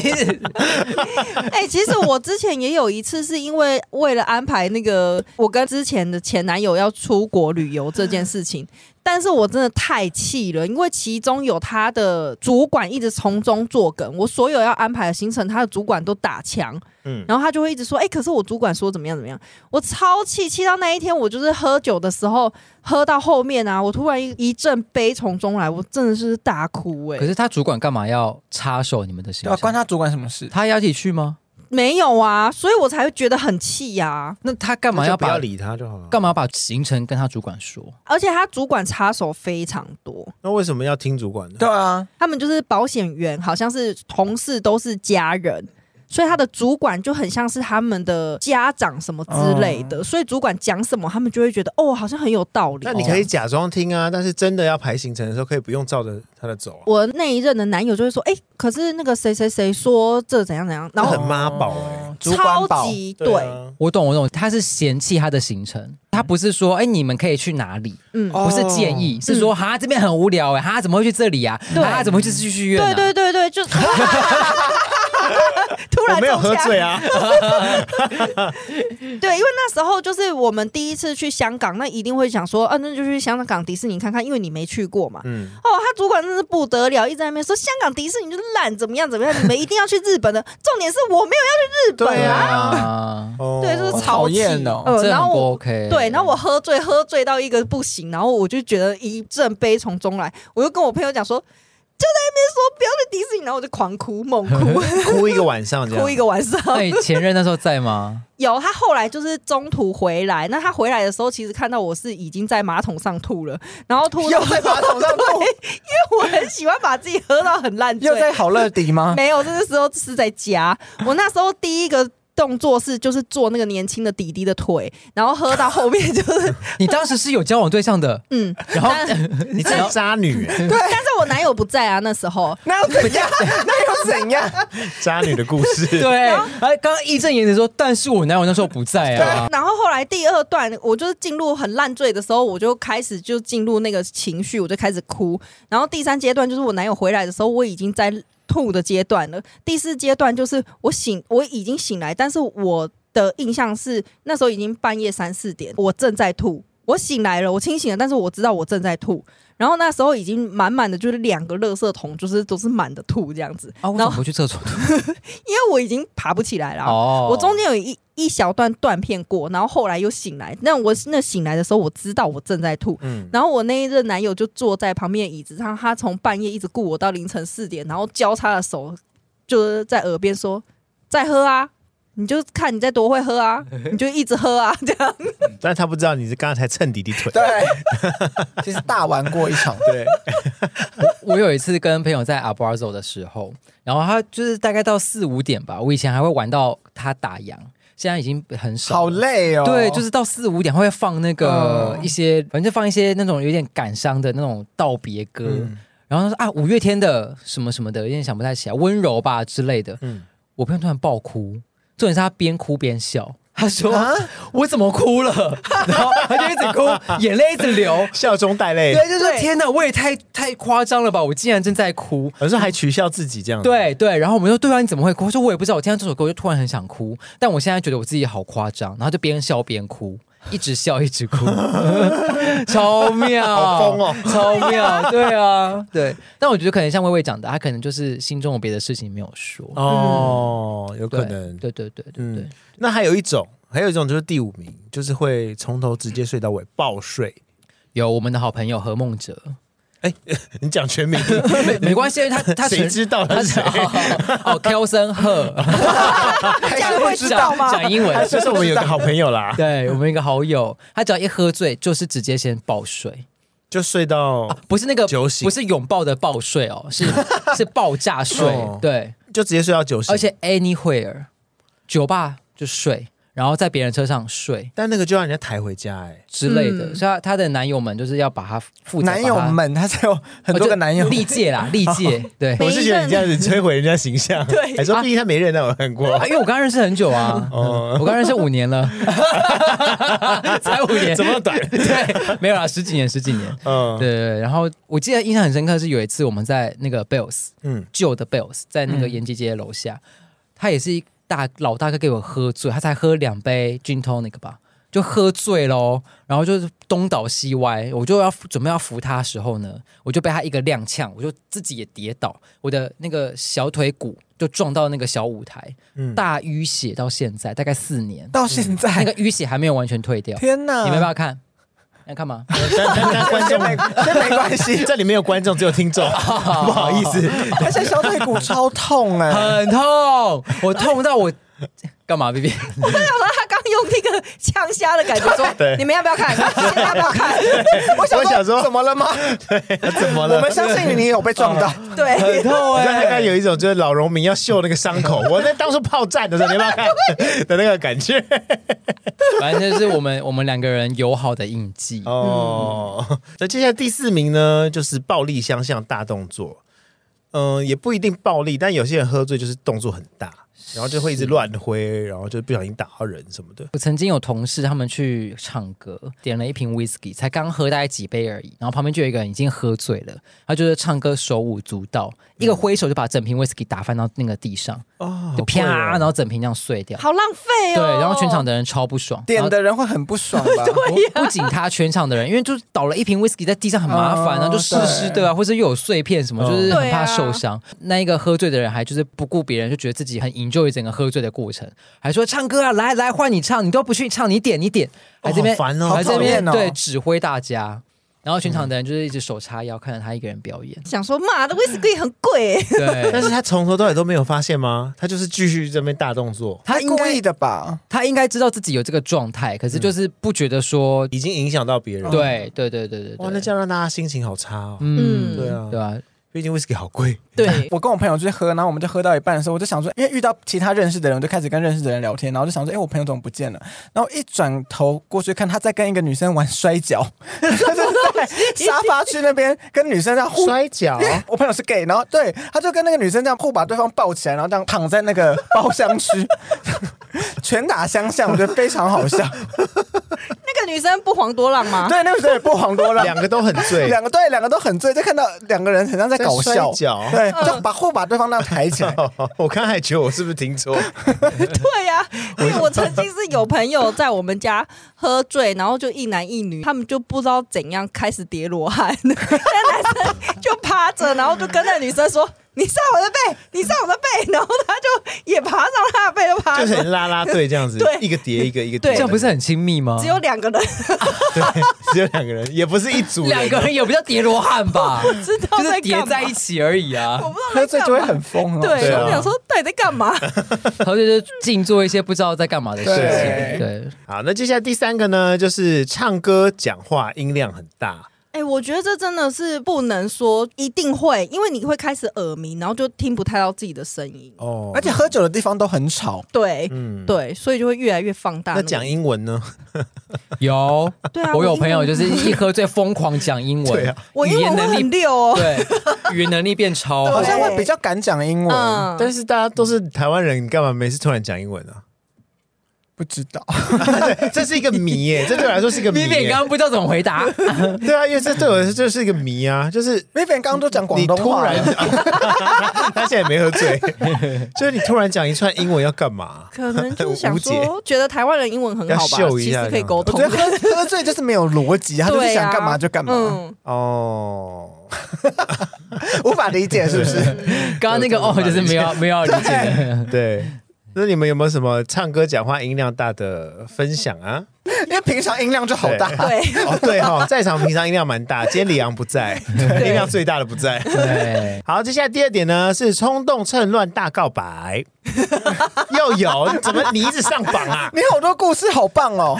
[LAUGHS] 哎、其实我之前也有一次，是因为为了安排那个我跟之前的前男友要出国旅游这件事情，但是我真的太气了，因为其中有他的主管一直从中作梗，我所有要安排的行程，他的主管都打枪，嗯，然后他就会一直说：“哎、可是我主管说怎么样怎么样。”我超气，气到那一天，我就是喝酒的时候，喝到后面啊，我突然一一阵悲从中来，我真的是大哭哎、可是他主管干嘛要插手你们的行对啊，程关？他主管什么事？他要一起去吗？没有啊，所以我才会觉得很气呀、那他干嘛那就要不要把理他就好了？干嘛把行程跟他主管说？而且他主管插手非常多，那为什么要听主管对的？啊，他们就是保险员，好像是同事都是家人。所以他的主管就很像是他们的家长什么之类的，所以主管讲什么，他们就会觉得哦，好像很有道理那。你可以假装听啊，但是真的要排行程的时候，可以不用照着他的走啊。我那一任的男友就会说，哎、可是那个谁谁谁说这怎样怎样，那然后哦很妈宝欸主管超宝，级啊，我懂，我懂，他是嫌弃他的行程，他不是说哎、你们可以去哪里，嗯，哦不是建议，是说哈这边很无聊哎、哈怎么会去这里啊？对哈怎么会去继续院、啊？对对对对，就 [LAUGHS] 突然我没有喝中枪醉 [LAUGHS] 啊，对，因为那时候就是我们第一次去香港，那一定会想说，啊，那就去香港迪士尼看看，因为你没去过嘛。嗯，哦，他主管真是不得了，一直在那边说香港迪士尼就是烂，怎么样怎么样，你们一定要去日本的。重点是我没有要去日对本啊，啊，哦对，就是好超讨气厌哦呃这然很后不我 OK。对，然后我喝醉，喝醉到一个不行，然后我就觉得一阵悲从中来，我就跟我朋友讲说，就在那边说不要去迪士尼，然后我就狂哭，猛哭， [LAUGHS] 哭一个晚上这样，哭一个晚上。那你前任那时候在吗？有，他后来就是中途回来，那他回来的时候，其实看到我是已经在马桶上吐了，然后吐到又在马桶上吐对因为我很喜欢把自己喝到很烂醉 [LAUGHS] 又。在好乐迪 [LAUGHS] 吗？没有，这个时候是在家。我那时候第一个动作是就是做那个年轻的弟弟的腿，然后喝到后面就是你当时是有交往对象的，嗯，然后你 [LAUGHS] 真是渣女欸，但是我男友不在啊，那时候那又怎样？ [LAUGHS] 那又怎 [LAUGHS] 样？渣女的故 [LAUGHS] 事，对，哎，刚刚义正言辞说，但是我男友那时候不在啊。然后后来第二段，我就是进入很烂醉的时候，我就开始就进入那个情绪，我就开始哭。然后第三阶段就是我男友回来的时候，我已经在吐的阶段了。第四阶段就是我醒，我已经醒来，但是我的印象是那时候已经半夜三四点，我正在吐。我醒来了，我清醒了，但是我知道我正在吐。然后那时候已经满满的就是两个垃圾桶，就是都是满的吐这样子。啊，我然怎后么不去厕所？因为我已经爬不起来了啊。哦我中间有一一小段断片过，然后后来又醒来。那我那醒来的时候，我知道我正在吐。嗯，然后我那一任男友就坐在旁边的椅子上，他从半夜一直顾我到凌晨四点，然后交叉的手就是在耳边说：“再喝啊，你就看你再多会喝啊，你就一直喝啊。”这样但他不知道你是刚才蹭弟弟腿，对，其实大玩过一场。对，我有一次跟朋友在 a b a r z o 的时候，然后他就是大概到四五点吧，我以前还会玩到他打烊，现在已经很少了。好累哦。对，就是到四五点会放那个嗯一些，反正放一些那种有点感伤的那种道别歌，嗯然后他说啊，五月天的什么什么的，有点想不太起来，温柔吧之类的。嗯嗯，我朋友突然爆哭，重点是他边哭边笑，他说、啊我怎么哭了？ [LAUGHS] 然后他就一直哭，眼泪一直流。笑中带泪，对，就对是天哪，我也太太夸张了吧！我竟然正在哭，有时候还取笑自己这样，，对对，然后我们说对啊，你怎么会哭？他说我也不知道，我听到这首歌我就突然很想哭，但我现在觉得我自己好夸张，然后就边笑边哭。一直笑，一 [LAUGHS] 直哭，超妙，好疯哦，超妙，[LAUGHS] 对啊，对。但我觉得可能像薇薇讲的，她可能就是心中有别的事情没有说，嗯哦，有对可能，对对对对对嗯，那还有一种，还有一种就是第五名，就是会从头直接睡到尾，暴睡。有我们的好朋友何梦哲，你讲全 [LAUGHS] 名，没关系，因为他他谁全知道他是谁？ [LAUGHS] 哦，Kelson 赫，还这样是会知道吗讲英文，这是我们有个好朋友啦， [LAUGHS] 对我们一个好友，他只要一喝醉，就是直接先爆 [LAUGHS] 睡，啊就睡到哦不是那个酒醒不是拥抱的爆睡哦， [LAUGHS] 是是爆炸睡哦，对，就直接睡到九十，而且 anywhere 酒吧就睡，然后在别人车上睡但那个就让人家抬回家哎，之类的，嗯所以她她的男友们就是要把她负责男友把她们，他才有很哦多就个男友。哦历届 [LAUGHS] 啦，历届对。每我一任是觉得你这样子摧毁人家形象，对还说毕竟他没认到我看过啊，因为我刚认识很久啊，哦我刚认识五年 [LAUGHS] 了，才五年，怎么短对，没有啦，十几年，十几年，嗯对对对。然后我记得印象很深刻是有一次我们在那个 Bells，嗯，旧的 Bells 在那个延吉街楼下，他也是一大老大哥给我喝醉，他才喝两杯 gin tonic 吧，就喝醉喽，然后就是东倒西歪，我就要准备要扶他的时候呢，我就被他一个踉跄，我就自己也跌倒，我的那个小腿骨就撞到那个小舞台，嗯大淤血到现在大概四年，到现那在，个淤血还没有完全退掉，天啊哪！你们要不要看？要 [LAUGHS] 看吗？ [LAUGHS] 但但但观这众没这没关系，这里没有观众，只有听众，哦不好意思，而且小腿骨 [LAUGHS] 超痛哎、很痛，我痛到我干嘛？B B，他刚刚用那个枪瞎的感觉说对：“你们要不要看？现在要不要看？”我我想说怎么了吗？怎么 [LAUGHS] 我了们？相信你有被 [LAUGHS] 撞到，对，很痛我哎、在看看有一种就是老农民要秀那个伤口，我在当初炮战的时候，你要不要看的那个感觉？反正就是我们我们两个人友好的印记。哦， [LAUGHS] 那接下来第四名呢，就是暴力相向大动作。嗯、也不一定暴力，但有些人喝醉就是动作很大，然后就会一直乱挥，然后就不小心打到人什么的。我曾经有同事他们去唱歌，点了一瓶 whisky，才刚喝大概几杯而已，然后旁边就有一个人已经喝醉了，他就是唱歌手舞足蹈，一个挥手就把整瓶 whisky 打翻到那个地上，哦，就啪，然后后整瓶这样碎掉。好浪费对，哦。然后全场的人超不爽，然点后的人会很不爽 [LAUGHS] 吧？不不仅他全场的人，因为就是倒了一瓶 whisky 在地上很麻烦，哦然后就湿湿的啊，或者又有碎片什么，嗯就是很怕对啊受伤。那一个喝醉的人还就是不顾别人，就觉得自己很 enjoy 整个喝醉的过程，还说唱歌啊，来来换你唱，你都不去唱，你点你点，还这边好烦哦还这边好讨厌哦对指挥大家。然后全场的人就是一直手叉腰看着他一个人表演，想说妈的威士忌很贵，但对，是他从头到尾都没有发现吗？他就是继续这边大动作，他他应故该意的吧？他应该知道自己有这个状态，可是就是不觉得说，已经影响到别人。，对对对对对，嗯哇，那这样让大家心情好差哦。嗯，对啊对啊，毕竟 whisky 好贵。对，我跟我朋友去喝，然后我们就喝到一半的时候，我就想说，因为遇到其他认识的人，我就开始跟认识的人聊天，然后就想说，哎、我朋友怎么不见了？然后一转头过去看，他在跟一个女生玩 [LAUGHS] 摔跤，他就在沙发区那边跟女生这样互。摔跤因为我朋友是 gay，然后对，他就跟那个女生这样互把对方抱起来，然后这样躺在那个包厢区， [LAUGHS] 拳打相向，我觉得非常好笑。那个女生不遑多让啊吗？对，那个时候也不遑多让 [LAUGHS] 两，个都很醉，两个对，两个都很醉，就看到两个人很像在搞在笑摔，跤对，就把互把对方那样抬起来， [LAUGHS] [LAUGHS] 我刚才觉得我是不是听错？对呀、因为我曾经是有朋友在我们家喝醉，然后就一男一女，他们就不知道怎样开始叠罗汉， [LAUGHS] 那男生就趴着，然后就跟那女生说：“你上我的背，你上我的背。” [LAUGHS] 然后他就也爬上他的背，就趴就是着。很啦啦队这样子，对一个叠一个，一个叠，对这样不是很亲密吗？只有两个人，对， [LAUGHS] 只有两个人，也不是一组两个人。啊人也不叫叠罗汉 [LAUGHS] 吧，知道就在是叠干嘛在一起而已 [LAUGHS] 啊。我不知喝道醉在就会干嘛。很疯哦。对，对啊我想说到底在干嘛？然后就是静做一些不知道在干嘛的事情。对对，好，那接下来第三个呢，就是唱歌讲话音量很大，哎、我觉得这真的是不能说一定会，因为你会开始耳鸣，然后就听不太到自己的声音。哦而且喝酒的地方都很吵，对、嗯，对，所以就会越来越放大那那个。讲英文呢？有，对啊，我有英朋友文就是一喝醉疯狂讲英 [LAUGHS] 对文啊，我语英文言会能很力溜哦。对，语言能力变超好好。啊像会比较敢讲英文。嗯，但是大家都是台湾人，你干嘛没事突然讲英文啊？ [LAUGHS] 不知道，对，这是一个谜耶，这对我来说是一个谜 B 耶。 B 刚刚不知道怎么回答，对啊，因为这对我来说就是一个谜啊，就是。 Vivian 刚刚都讲广你东突话然，了， [LAUGHS] 他现在也没喝醉，就是你突然讲一串英文要干嘛？可能就是想无解说，觉得台湾人英文很好吧要秀，一其下实可以沟我通哦啊觉得。喝喝醉就是没有逻辑，他就是对想啊干嘛就干嘛，嗯，哦，无法理解是不是？刚刚那个哦，就是没有没有理解的。对，那你们有没有什么唱歌讲话音量大的分享啊？因为平常音量就好大， [LAUGHS] 对，哦，对哈、哦，在场平常音量蛮大，今天李阳不 [LAUGHS] 在，音量最大的不在。对，好，接下来第二点呢是冲动趁乱大告白， [LAUGHS] 又有怎么你一直上榜啊？你好多故事好棒哦，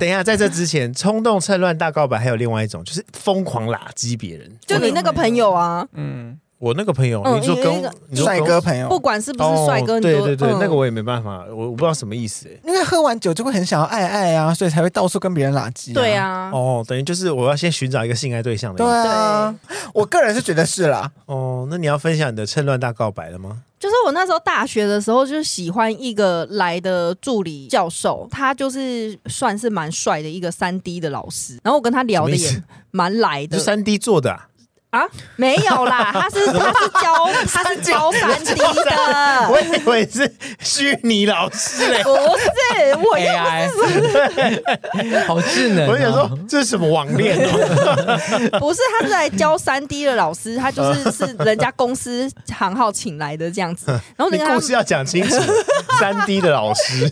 等一下，在这之前，冲动趁乱大告白还有另外一种，就是疯狂拉击别人。就你那个朋友啊，嗯，我那个朋友，嗯你说有一跟个你说帅跟哥朋不友，管是不是帅哥，哦你对都对对，嗯那个我也没办法，我我不知道什么意思欸。因为喝完酒就会很想要爱爱啊，所以才会到处跟别人拉鸡。对，啊，哦，等于就是我要先寻找一个性爱对象的对意思。啊，我个人是觉得是啦，哦，那你要分享你的趁乱大告白了吗？就是我那时候大学的时候，就是喜欢一个来的助理教授，他就是算是蛮帅的一个三 D 的老师，然后我跟他聊的什么意也蛮来你的是，三 D 做的啊？啊，没有啦，他是他是教他是教三 D [LAUGHS] 的，我以为是虚拟老 [LAUGHS] 师嘞。不是我哎又 AI，好智能哦。我就想说这是什么网恋哦？不是，他是来教三 D 的老师，他就是是人家公司行号请来的这样子，然后你人家故事要讲清楚。三 D 的老师，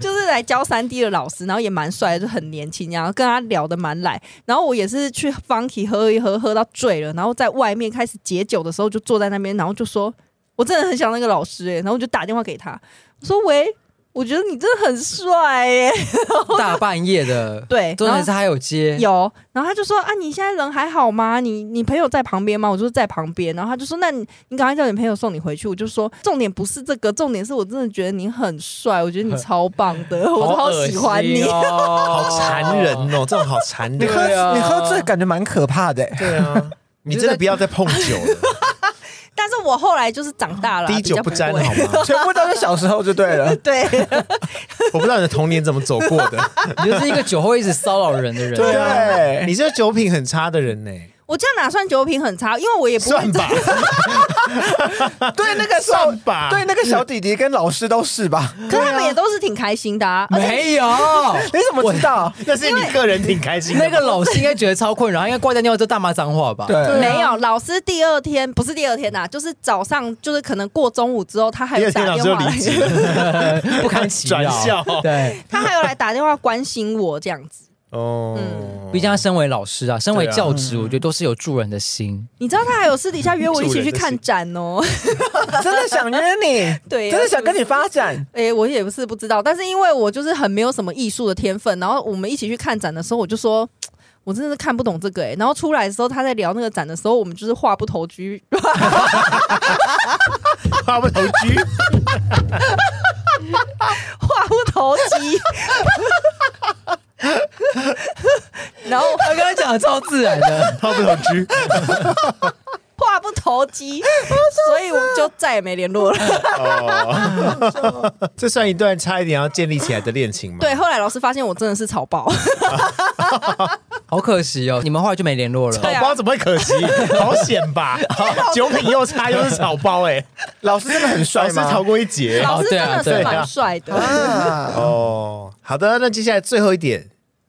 就是来教三 D 的老师，然后也蛮帅的，就很年轻，然后跟他聊得蛮来，然后我也是去 Funky 喝一喝，喝到醉了，然后在外面开始解酒的时候，就坐在那边，然后就说，我真的很想那个老师哎、欸然后我就打电话给他，我说喂。我觉得你真的很帅耶。大半夜的，对重点是还有接，有，然后他就说啊，你现在人还好吗？你你朋友在旁边吗？我就说在旁边，然后他就说，那你你赶快叫你朋友送你回去。我就说，重点不是这个，重点是我真的觉得你很帅，我觉得你超棒 [LAUGHS] 的，我好喜欢你。好哦好残忍哦，这种好残你喝忍。对啊你喝醉感觉蛮可怕的、 [LAUGHS] 欸，对啊，你真的不要再碰酒了， [LAUGHS] 但是我后来就是长 [LAUGHS] 大了啊，滴酒不。不沾好吗？全部都是小时候就对了 [LAUGHS] 对，我不知道你的童年怎么走过的，你就是一个酒后一直骚扰人的 [LAUGHS] 人。对啊你这酒品很差的人呢、我这样哪算酒品很差？因为我也不会算吧，对那个时候算吧，对那个小弟弟跟老师都是吧？ [LAUGHS] [LAUGHS] 可他们也都是挺开心的 [LAUGHS] 啊。而且没有，你怎么知道？那是你个人挺开心的。那个老师应该觉得超困扰，他应该挂掉尿就大骂脏话吧？对， [LAUGHS] 对啊没有，老师第二天不是第二天呐、就是早上，就是可能过中午之后，他还第有二打天老电师又话来离，职，不堪其扰。 [LAUGHS] 转校对， [LAUGHS] 他还有来打电话关心我这样子。哦，毕竟他身为老师啊，身为对啊教职，我觉得都是有助人的心。 [LAUGHS] 你知道他还有私底下约我一起去看展 [LAUGHS] 哦、真的想约你，对，啊真的啊想跟你发展。哎、我也不是不知道，但是因为我就是很没有什么艺术的天分，然后我们一起去看展的时候，我就说。我真的是看不懂这个哎、然后出来的时候，他在聊那个展的时候，我们就是话不投机， [LAUGHS] [LAUGHS] 话不投机，话不投机。 [LAUGHS] 然后他刚刚讲的超自然的，话不投机。话不投 [LAUGHS] 机，所以我们就再也没联络了。这算一段差一点要建立起来的恋情吗？对，，后来老师发现我真的是草 [LAUGHS] 哦包，好可惜哦，你们后来就没联络了。对啊草包怎么会可惜？好险 [LAUGHS] 吧！酒品又差又是草包，哎，老师真的很老帅师吗？逃过一劫。老师对真啊的对是啊蛮帅的。啊，哦，好的，那接下来最后一点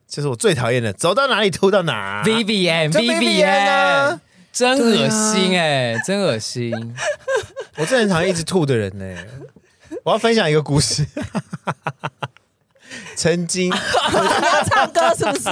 就是我最讨厌的，走到哪里吐到哪。 Vivian 就 Vivian 啊 Vivian，真恶心哎，真恶心。我真的很讨厌一直吐的人呢、我要分享一个故 [LAUGHS] 事，曾经，你要 [LAUGHS] 唱歌是 [LAUGHS] 不是？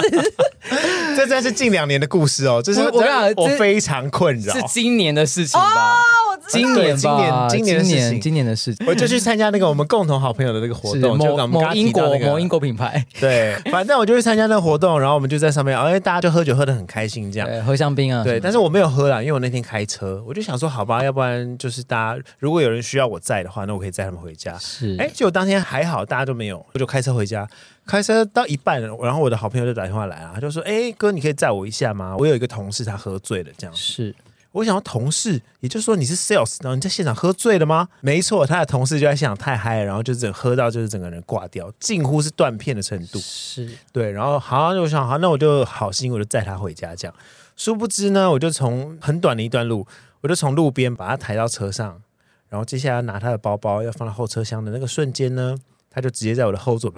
这真是近两年的故事哦，就是我我跟你讲我这非常困扰是。今年的事情哦吧？今年吧，对今年今年的事情今年今年的事情我就去参加那个我们共同好朋友的那个活是动，就我某们刚某刚提英到国那个某英国品牌，对，反正我就去参加那个活动，然后我们就在上面，哎，大家就喝酒喝的很开心这样。对，喝香槟啊，对，但是我没有喝啦，因为我那天开车，我就想说，好吧，要不然就是大家如果有人需要我在的话，那我可以载他们回家。是哎，结果当天还好，大家都没有，我就开车回家。开车到一半，然后我的好朋友就打电话来啊，他就说：“哎，哥，你可以载我一下吗？我有一个同事他喝醉了，这样。”是我想要同事，也就是说你是 sales，然后你在现场喝醉了吗？没错，他的同事就在现场太嗨了，然后就整喝到就是整个人挂掉，近乎是断片的程度。是，对，然后好，那我想好，那我就好心我就载他回家这样。殊不知呢，我就从很短的一段路，我就从路边把他抬到车上，然后接下来拿他的包包要放到后车厢的那个瞬间呢，他就直接在我的后座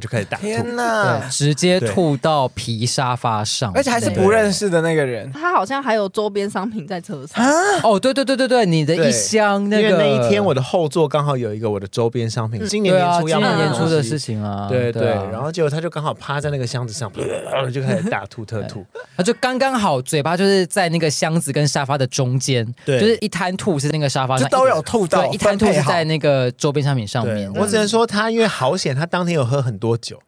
就开始大吐。天哪！直接对吐到皮沙发上，而且啊哎还是不认识的那个人， [LAUGHS] 他好像还有周边商品在车上，啊哦，对对对对对，你的对一箱那因为个那一天我的后座刚好有一个我的周边商品，今年对啊，年初今要年卖年初的东西事情啊，对对，啊然后结果他就刚好趴在那个箱子上，就开始大吐特吐。他就刚刚好嘴巴就是在那个箱子跟沙发的中间，对就是一滩吐是那个沙发就上，都有吐一滩到对，一滩吐分配是好在那个周边商品上对面，我只能说他因为好险，他当天有喝很多酒，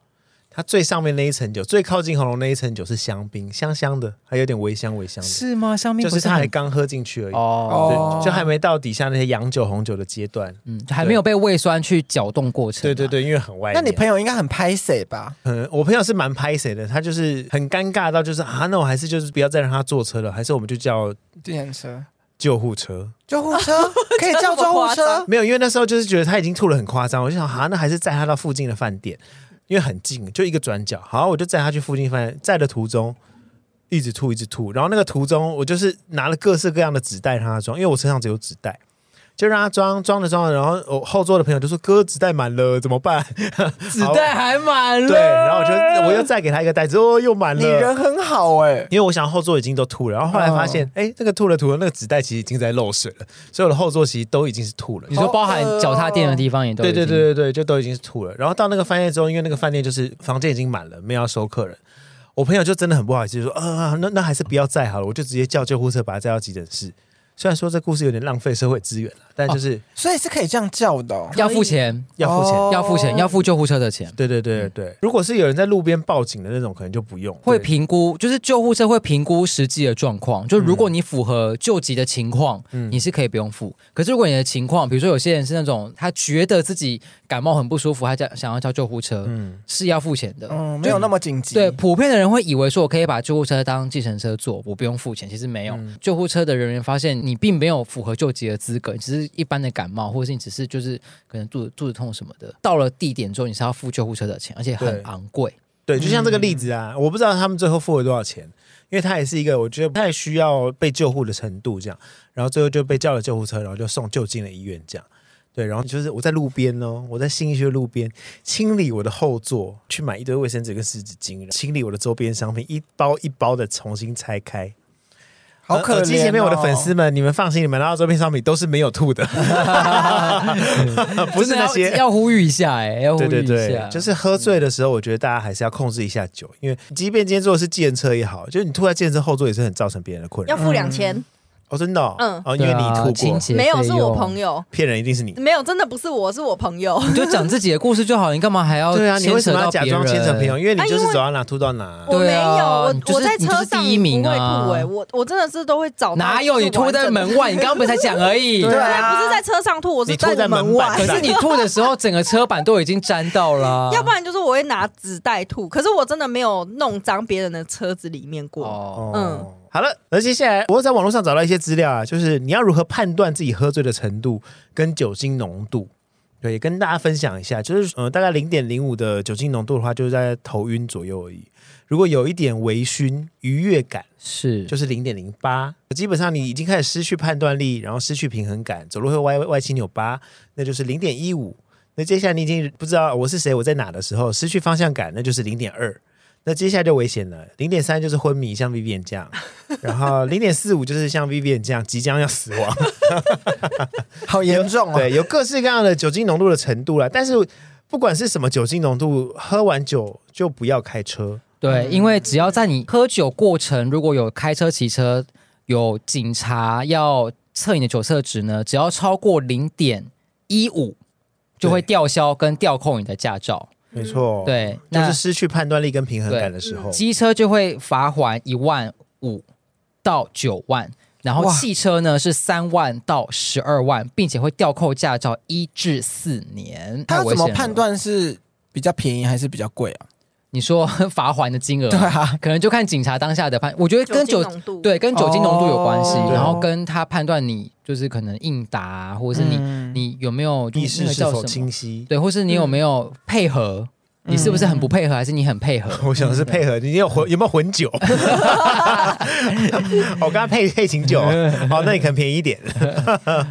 他最上面那一层酒，最靠近喉咙那一层酒是香槟，香香的，还有点微香微香的，是吗？香槟就不是他还很刚喝进去而已。哦，对，就还没到底下那些洋酒、红酒的阶段。嗯，还没有被胃酸去搅动过程，对对，对，因为很外面。那你朋友应该很拍谁吧？嗯，我朋友是蛮拍谁的，他就是很尴尬到就是啊，那我还是就是不要再让他坐车了，还是我们就叫电车、救护车。救护车可以叫救护这么夸车 [LAUGHS] 张，没有，因为那时候就是觉得他已经吐了很夸张，我就想，哈、那还是载他到附近的饭店，因为很近，就一个转角。好，我就载他去附近饭店，载的途中一直吐，一直吐。然后那个途中，我就是拿了各式各样的纸袋让他装，因为我车上只有纸袋。就让他装装着装着，然后我后座的朋友就说：“哥，纸袋满了，怎么办？” [LAUGHS] 纸袋还满了，对，然后我就我又再给他一个袋子，哦，又满了。你人很好哎，因为我想后座已经都吐了，然后后来发现，哦哎、那个吐了吐了，那个纸袋其实已经在漏水了，所以我的后座其实都已经是吐了。你说包含脚踏垫的地方也都对已对经对对对，就都已经是吐了。然后到那个饭店之后，因为那个饭店就是房间已经满了，没有要收客人。 [LAUGHS] 我朋友就真的很不好意思，就说：“啊、那那还是不要载好了，我就直接叫救护车把他载到急诊室。”虽然说这故事有点浪费社会资源了，但就是所以是可以这样叫的、哦。要付钱，要付钱。哦要付钱，要付救护车的钱。对对对对，如果是有人在路边报警的那种，可能就不用。会对评估，就是救护车会评估实际的状况。就如果嗯你符合救急的情况，你是可以不用付。可是如果你的情况，比如说有些人是那种他觉得自己感冒很不舒服，他叫想要叫救护车，嗯，是要付钱的。嗯，没有那么紧急。对，普遍的人会以为说，我可以把救护车当计程车坐，我不用付钱。其实没有，嗯救护车的人员发现你并没有符合救急的资格，你只是一般的感冒，或者是你只是就是可能肚子肚子痛什么的。到了地点之后，你是要付救护车的钱，而且对很昂贵。对，就像这个例子啊，我不知道他们最后付了多少钱，因为他也是一个我觉得不太需要被救护的程度这样，然后最后就被叫了救护车，然后就送就近的医院这样。对，然后就是我在路边哦，我在新一区的路边清理我的后座，去买一堆卫生纸跟湿纸巾，清理我的周边商品，一包一包的重新拆开。呃好可怜、哦。耳机前面我的粉丝们，你们放心，你们拿到周边商品都是没有吐 [LAUGHS] 的， [LAUGHS] 不是真那的些要要呼吁一下、哎，要呼吁对一下，对对，就是喝醉的时候，我觉得大家还是要控制一下酒，因为即便今天坐的是计程车也好，就是你吐在计程车后座也是很造成别人的困要扰。付两千，哦，真的、哦，嗯哦，因为你吐对啊过，清洁没有是我友。朋友，骗人一定是你。没有真的不是我，是我朋友。你就讲自己的故事就好，你干嘛还要对啊，你哦牵为扯什么要到假别装人牵扯朋友？因为你啊就是因为走到哪吐到哪。我没 [LAUGHS] 对有，啊我你就是我在你就是车上第一名不会啊吐哎，我我真的是都会找到哪有就是你吐完整在的门外？[LAUGHS] 你刚刚不是才讲 [LAUGHS] 而已。对啊我不是在车上吐，我你是吐在门门板外可。 [LAUGHS]。是你啊吐的时候，整个车板都已经沾到 [LAUGHS] 了要不然就是我会拿纸袋吐，可是我真的没有弄脏别人的车子里面过。哦，哦，嗯好了，而接下来我在网络上找到一些资料啊，就是你要如何判断自己喝醉的程度跟酒精浓度。对，也跟大家分享一下，就是呃，大概零点零五的酒精浓度的话，就是在头晕左右而已。如果有一点微醺、愉悦感，是就是零点零八。基本上你已经开始失去判断力，然后失去平衡感，走路会歪歪七扭八，那就是零点一五。那接下来你已经不知道我是谁，我在哪的时候，失去方向感，那就是零点二。那接下来就危险了，零点三就是昏迷，像 Vivian 这样，然后零点四五就是像 Vivian 这样即将要死亡。好严重哦。对，有各式各样的酒精浓度的程度啦，但是不管是什么酒精浓度，喝完酒就不要开车。对，嗯因为只要在你喝酒过程，如果有开车、骑车，有警察要测你的酒测值呢，只要超过零点一五，就会对吊销跟吊扣你的驾照。没错，，嗯对，就那是失去判断力跟平衡感的时哦候。机车就会罚款一万五到九万，然后哇汽车呢是三万到十二万，并且会吊扣驾照一至四年。他太要危怎险么了判？断是比较便宜还是比较贵啊？你说罚款的金额，对啊，可能就看警察当下的判。我觉得跟酒精浓度，对跟酒精浓度有关系，哦然后跟他判断你就是可能应答啊，或者是你、嗯你有没有意识那个是叫否什么清晰？对，或是你有没有配合，你是不嗯是很不配合，还是你很配合？ [LAUGHS] [LAUGHS] 我想的是配合，你有嗯混有没有混酒？ [LAUGHS] 哦我刚刚配配琴酒，嗯哦，那你可能便宜一 [LAUGHS] 点。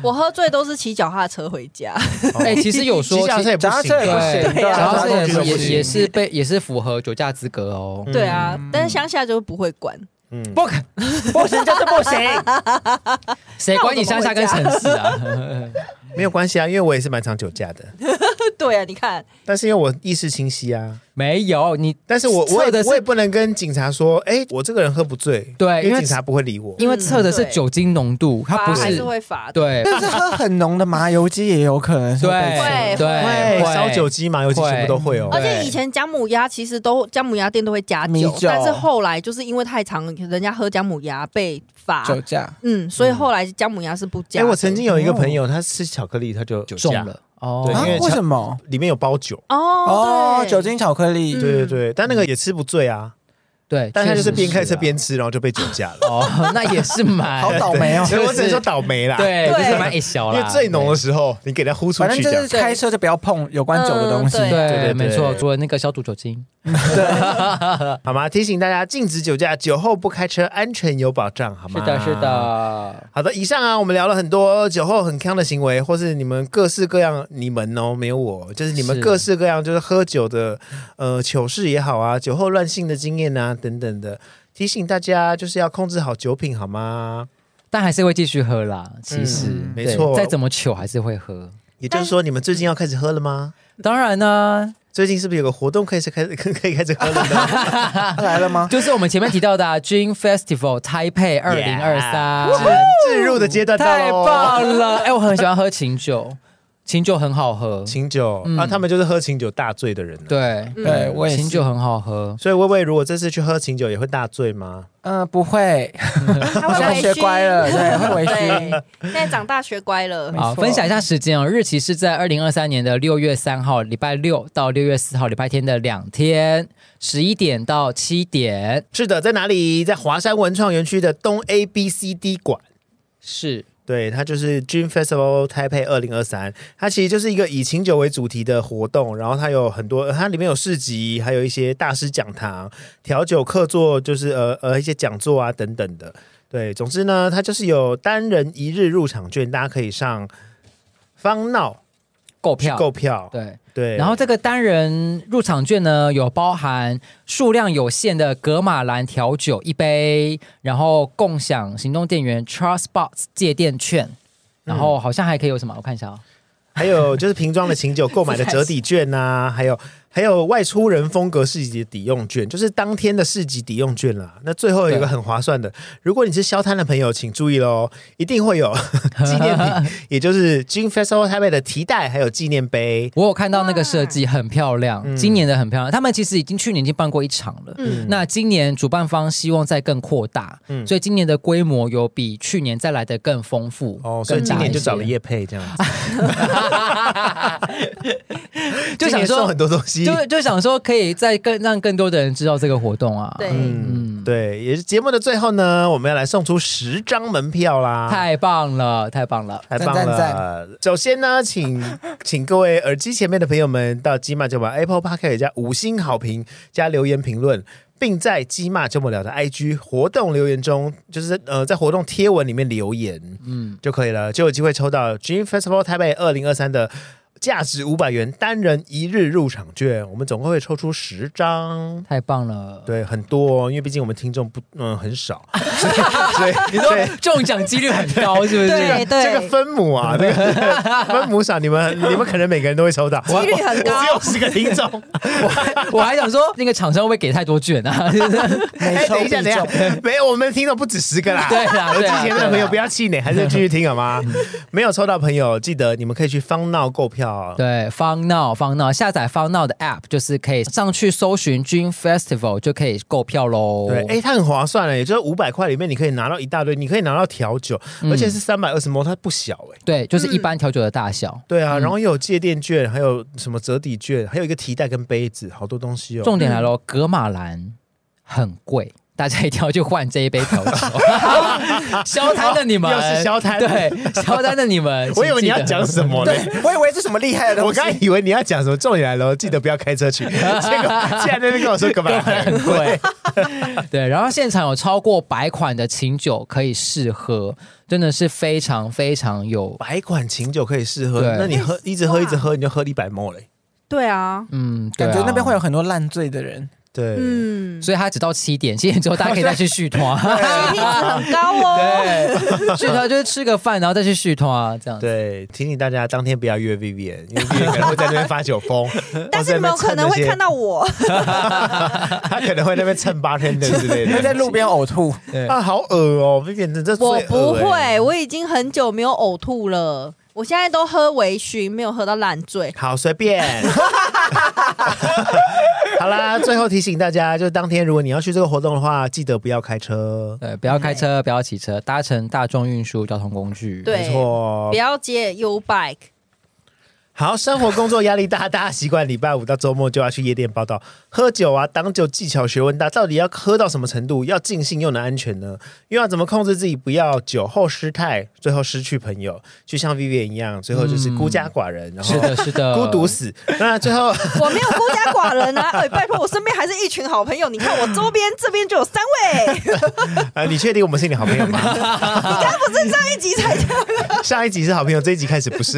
我喝醉都是骑脚踏车回家。哎、其实 [LAUGHS] 有说骑脚踏车也不脚踏行车也啊，不行对，对啊然后交通这工具也也都不行也是被也是符合酒驾资格哦。 [LAUGHS] 对啊，但是乡下就不会管。 [LAUGHS] 嗯，不可，不行就是不行。谁管你乡下跟城市啊？没有关系啊，因为我也是蛮常酒驾的，对啊，你看，但是因为我意识清晰啊， [LAUGHS] 没有你，但是我我测的也是我也不能跟警察说，哎，我这个人喝不醉，对因因为为警察不会理我。因为测的是酒精浓度，它罚不嗯还是是会罚的。对但是喝很浓的麻油鸡也有可能是对会被测会对哎会会烧酒鸡、麻油鸡会全部都会哦而。且对以前姜母鸭其实都姜母鸭店都会加米酒酒，但是后来就是因为太长，人家喝姜母鸭被罚，酒驾。嗯，所以后来姜母鸭是不加哎，的。我曾经有一个朋友，他吃巧克力他就酒哦中驾，了哦对啊因为？为什么？里面有包酒。哦哦，对酒精巧克力嗯。对对对，但那个也吃不醉啊，对，但他就是嗯确实边开车啊边吃，然后就被酒驾了。 [LAUGHS] 哦，那也是蛮好倒霉哦 [LAUGHS] 所以我就是只能说倒霉啦。 [LAUGHS] 对，对就是蛮一小啊因啦，为最浓的时候，你给它呼出反正去就这是样。开车就不要碰有关酒的东西。嗯对。对对对对，没错，对除了那个消毒酒精，好吗？提醒大家禁止酒驾，酒后不开车，安全有保障，好是吗？的，是。的，好的，以上啊，我们聊了很多酒后很康的行为，或是你们各式各样，你们哦，没有我，就是你们是各式各样，就是喝酒的呃糗事也好啊，酒后乱性的经验啊等等的，提醒大家就是要控制好酒品，好吗？但还是会继续喝啦。其实嗯没对错再怎么糗还是会喝。也就是说，你们最近要开始喝了吗？当然呢，最近是不是有个活动可以是开 [LAUGHS] 始可以开始喝了 [LAUGHS] 呢？他啊来了 [LAUGHS] 吗？就是我们前面提到的、啊、Dream Festival 台北二零二三，置入的阶段到哦太喽棒了！哎、我很喜欢喝琴酒，琴酒很好喝，琴酒、嗯啊，他们就是喝琴酒大醉的人、啊。对，嗯对我也是琴酒很好喝。所以薇薇如果这次去喝琴酒也会大醉吗？嗯，不会， [LAUGHS] 他我现在会学乖了，对，会微醺。对，现在长大学乖了没。好，错分享一下时间哦，日期是在二零二三年的六月三号，礼拜六到六月四号，礼拜天的两天，十一点到七点。是的，在哪里？在华山文创园区的东 A B C D 馆。是，对，它就是 Dream Festival Taipei 二零二三，它其实就是一个以琴酒为主题的活动，然后它有很多，呃它里面有市集，还有一些大师讲堂、调酒课座，就是呃呃一些讲座啊等等的。对，总之呢，它就是有单人一日入场券，大家可以上方闹购去票，购票。对。对，然后这个单人入场券呢，有包含数量有限的格马兰调酒一杯，然后共享行动电源 Trust Box 借电券，嗯然后好像还可以有什么？我看一下啊、还有就是瓶装的琴 [LAUGHS] 酒购买的折抵券呐、还有还有外出人风格市集的抵用券，就是当天的市集抵用券啦。那最后有一个对很划算的，如果你是消摊的朋友，请注意喽，一定会有 [LAUGHS] 纪念品，也就是 Dream Festival Taipei 的提袋还有纪念碑。 [LAUGHS] 我有看到那个设计很漂亮，嗯今年的很漂亮。他们其实已经去年已经办过一场了，嗯，那今年主办方希望再更扩大，嗯所以今年的规模有比去年再来的更丰富。哦，所以今年就找了叶，叶佩这样子，就今想年送说很，多东西。 [LAUGHS] 就就想说可以再更让更多的人知道这个活动啊。对嗯，对，也是节目的最后呢，我们要来送出十张门票啦。太棒了，太棒了！太棒了！赞赞首先呢， [LAUGHS] 请请各位耳机前面的朋友们到鸡骂酒吧 Apple Park 加五星好评加留言评论，并在鸡骂这么聊的 IG 活动留言中，就是呃在活动贴文里面留言，嗯就可以了，就有机会抽到 Dream Festival 台北二零二三的。价值五百元单人一日入场券，我们总共会抽出十张，太棒了！对，很多、哦，因为毕竟我们听众不嗯很 [LAUGHS] 少，所以你说中奖几率很 [LAUGHS] 高，是不对是？对，这个分母 [LAUGHS] 啊，这个分母赏，你们你们可能每个人都会抽到，几率很高我只有十个听众。我还想说，那个厂商会不会给太多券啊？ [LAUGHS] 哎， [LAUGHS] 没抽等一下，必等一中。下，没有，我们听众不止十个啦。对啦我之对啦前对的啦嗯朋友不要气馁，还是继续听好吗？没有抽到朋友，记得你们可以去方闹购票哦。对，方闹方闹，下载方闹的 App，就是可以上去搜寻 Dream Festival 就可以购票喽。对，哎，它很划算了，也就是五百块里面你可以拿到一大堆，你可以拿到调酒，嗯而且是三百二十模，它不小哎。对，就是一般调酒的大小。对啊，然后又有借电券，还有什么折抵券，还有一个提袋跟杯子，好多东西哦。重点来喽，格马兰很贵。大家一定要去换这一杯 [LAUGHS] 调酒， [LAUGHS] 消摊的你们，又是消摊对，消摊的你们， [LAUGHS] 我以为你要请记得讲什么呢？对，我以为是什么厉害的我东西刚。以为你要讲什么重点来 [LAUGHS] 了，记得不要开车去。 [LAUGHS] 结果竟然在那边跟我说干嘛？很贵。 [LAUGHS] 对，然后现场有超过百款的琴酒可以试喝，真的是非常非常有，百款琴酒可以试喝，对那你喝一直喝一直喝，你就喝一百 m 嘞。对啊，嗯，对感啊觉那边会有。很多烂醉的人，对，嗯，所以它只到七点，七点之后大家可以再去续团。 [LAUGHS] 一定是很高哦。对， [LAUGHS] 续团就是吃个饭，然后再去续团这样子。对，提醒大家当天不要约 Vivian，因为 Vivian 可能会在那边发酒 [LAUGHS] 疯，但是你们可能会看到，到我， [LAUGHS] 哦他可能会在那边蹭 bartender [LAUGHS] 之类 [LAUGHS] 因为在的。路边呕吐。对啊，好恶哦，Vivian 真的最恶我欸不会，。我已经很久没有呕吐了。我现在都喝微醺，没有喝到烂醉。好，随便。 [LAUGHS] 好啦，最后提醒大家，就是当天如果你要去这个活动的话，记得不要开车。对，不要开车，不要骑车，搭乘大众运输交通工具。对没错不，要接 U Bike，好，生活工作压力大，大家习惯礼拜五到周末就要去夜店报道，喝酒啊，挡酒技巧学问大，到底要喝到什么程度，要尽兴又能安全呢？又要怎么控制自己不要酒后失态，最后失去朋友，就像 Vivian 一样，最后就是孤家寡人，然是后的，是的，孤独死。那最后 [LAUGHS] 我没有孤家寡人啊！ [LAUGHS] 哎，拜托，我身边还是一群好朋友。你看我周边这边就有三位，你呃，你确定我们是你好朋友吗？刚不是上一集才讲？上一集是好朋友，这一集开始不是。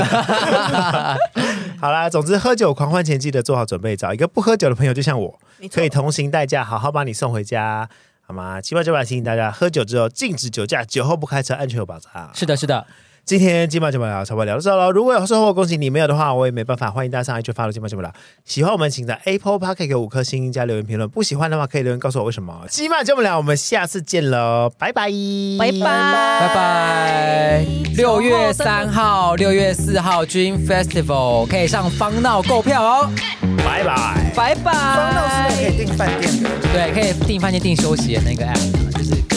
[LAUGHS] 好啦，总之喝酒狂欢前记得做好准备，找一个不喝酒的朋友，就像我没，错可以同行代驾，好好把你送回家，好吗？七八九百提醒大家，喝酒之后禁止酒驾，酒后不开车，安全有保障。是的，是的。今天金马节目聊差不多聊到这喽。如果有收获，恭喜你；没有的话，我也没办法。欢迎大家上来去发了金马节目聊。喜欢我们，请在 Apple Park 给五颗星加留言评论。不喜欢的话，可以留言告诉我为什么。金马节目聊，我们下次见喽，拜拜，拜拜拜拜拜！六月三号、六月四号 Dream Festival 可以上方闹购票哦。拜拜。拜拜。方闹是不是可以订饭店的？对，可以订饭店订休息的那个 app，就是